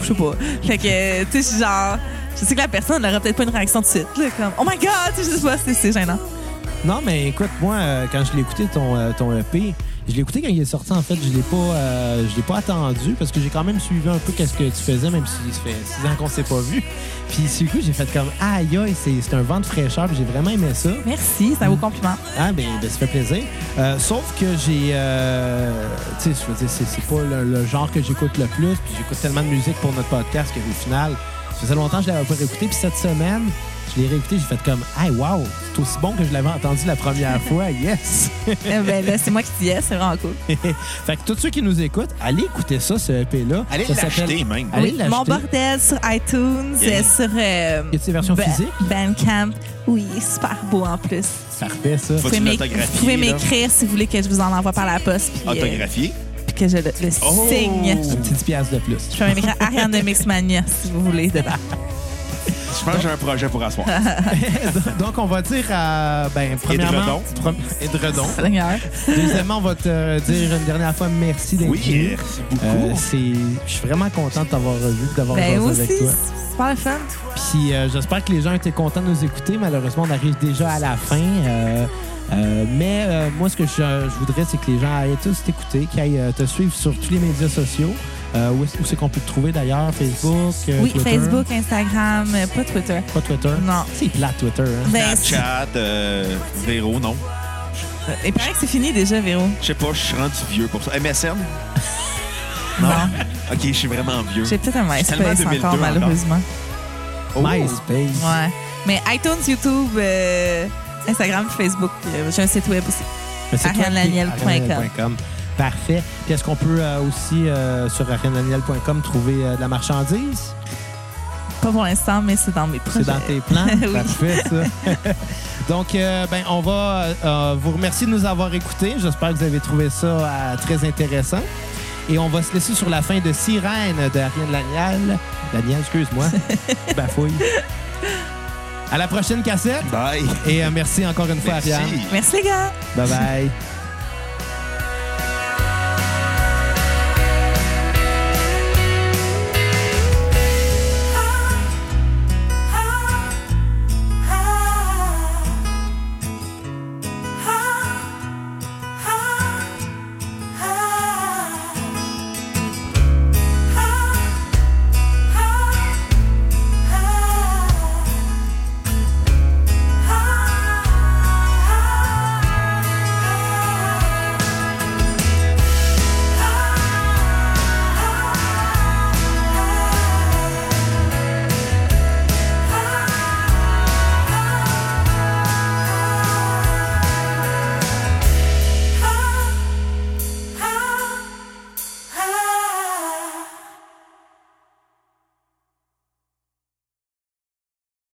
Speaker 3: je sais pas. Fait que, tu sais, je suis genre, je sais que la personne n'aurait peut-être pas une réaction tout de suite. là, comme, oh my god, tu sais, je sais pas, c'est- c'est gênant.
Speaker 1: Non, mais écoute, moi, euh, quand je l'ai écouté, ton, euh, ton EP, je l'ai écouté quand il est sorti, en fait. Je l'ai pas, euh, je l'ai pas attendu parce que j'ai quand même suivi un peu qu'est-ce que tu faisais, même si ça fait six ans qu'on s'est pas vu. Puis, du coup, j'ai fait comme, aïe, aïe, c'est c'est un vent de fraîcheur, puis j'ai vraiment aimé ça.
Speaker 3: Merci, c'est un beau compliment.
Speaker 1: Ah, ben, ben, ça fait plaisir. Euh, sauf que j'ai. euh, tu sais, je veux dire, c'est c'est pas le, le genre que j'écoute le plus. Puis j'écoute tellement de musique pour notre podcast que, au final, ça faisait longtemps que je l'avais pas réécouté. Puis cette semaine, je l'ai réécouté. J'ai fait comme, hey, wow, c'est aussi bon que je l'avais entendu la première fois. Yes!
Speaker 3: Eh ben là, c'est moi qui te dis, c'est vraiment cool.
Speaker 1: fait que tous ceux qui nous écoutent, allez écouter ça, ce EP-là.
Speaker 2: Allez
Speaker 1: Ça s'appelle-
Speaker 2: l'acheter, même.
Speaker 1: Allez
Speaker 3: Oui,
Speaker 1: l'acheter.
Speaker 3: mon bordel sur iTunes,
Speaker 2: Yeah.
Speaker 3: euh, sur. euh,
Speaker 1: Y a-t-il version
Speaker 3: Ba-
Speaker 1: physique?
Speaker 3: Bandcamp. Oui, super beau en plus.
Speaker 1: Parfait, ça.
Speaker 2: Faut-
Speaker 3: Vous pouvez
Speaker 2: tu
Speaker 3: m'éc-
Speaker 2: l'autographies,
Speaker 3: vous pouvez
Speaker 2: là?
Speaker 3: m'écrire si vous voulez que je vous en envoie par la poste puis, euh,
Speaker 2: Autographié.
Speaker 3: puis que je le, le
Speaker 2: Oh!
Speaker 3: signe.
Speaker 1: Une petite pièce de plus.
Speaker 3: Je peux même écrire Ariane de Mixmania si vous voulez dedans.
Speaker 2: Je pense que j'ai un projet pour asseoir.
Speaker 3: Ah.
Speaker 1: Donc, on va dire, euh, ben, premièrement.
Speaker 2: Edredon.
Speaker 1: Et Edredon.
Speaker 3: Seigneur.
Speaker 1: Deuxièmement, on va te euh, dire une dernière fois merci d'être
Speaker 2: Oui,
Speaker 1: venu.
Speaker 2: merci beaucoup.
Speaker 1: Euh, c'est, je suis vraiment content de t'avoir revu, et d'avoir
Speaker 3: Ben
Speaker 1: joué
Speaker 3: aussi,
Speaker 1: avec toi.
Speaker 3: c'est super le fun.
Speaker 1: Puis euh, j'espère que les gens étaient contents de nous écouter. Malheureusement, on arrive déjà à la fin. euh, euh, mais euh, moi, ce que je, je voudrais, c'est que les gens aillent tous t'écouter, qu'ils aillent euh, te suivre sur tous les médias sociaux. Euh, où, est-ce- où c'est qu'on peut te trouver d'ailleurs? Facebook, euh,
Speaker 3: Oui,
Speaker 1: Twitter?
Speaker 3: Facebook, Instagram, euh, pas Twitter.
Speaker 1: Pas Twitter?
Speaker 3: Non.
Speaker 1: C'est plat Twitter. Hein?
Speaker 3: Ben,
Speaker 2: Snapchat, euh, Véro, non.
Speaker 3: c'est- il paraît que c'est fini déjà, Véro.
Speaker 2: Je sais pas, je suis rendu vieux pour ça. MSN? Non. OK, je suis vraiment vieux.
Speaker 3: J'ai peut-être un
Speaker 2: Je suis tellement
Speaker 3: MySpace
Speaker 2: 2002
Speaker 3: encore, malheureusement.
Speaker 2: Oh.
Speaker 1: MySpace.
Speaker 3: Ouais. Mais iTunes, YouTube, euh, Instagram, Facebook. euh, J'ai un site web aussi.
Speaker 1: Mais c'est toi qui-
Speaker 3: arianelaniel.com.
Speaker 1: arianelaniel.com. Parfait. Puis est-ce qu'on peut euh, aussi, euh, sur arianelaniel.com, trouver euh, de la marchandise?
Speaker 3: Pas pour l'instant, mais c'est dans mes projets.
Speaker 1: C'est dans tes plans?
Speaker 3: Oui.
Speaker 1: Parfait, ça. Donc, euh, ben, on va euh, vous remercier de nous avoir écoutés. J'espère que vous avez trouvé ça euh, très intéressant. Et on va se laisser sur la fin de Sirène de Ariane Lanial. Lanial, excuse-moi. Bafouille. À la prochaine cassette.
Speaker 2: Bye.
Speaker 1: Et euh, merci encore une fois, Ariane.
Speaker 2: Merci.
Speaker 3: Merci les gars!
Speaker 1: Bye-bye.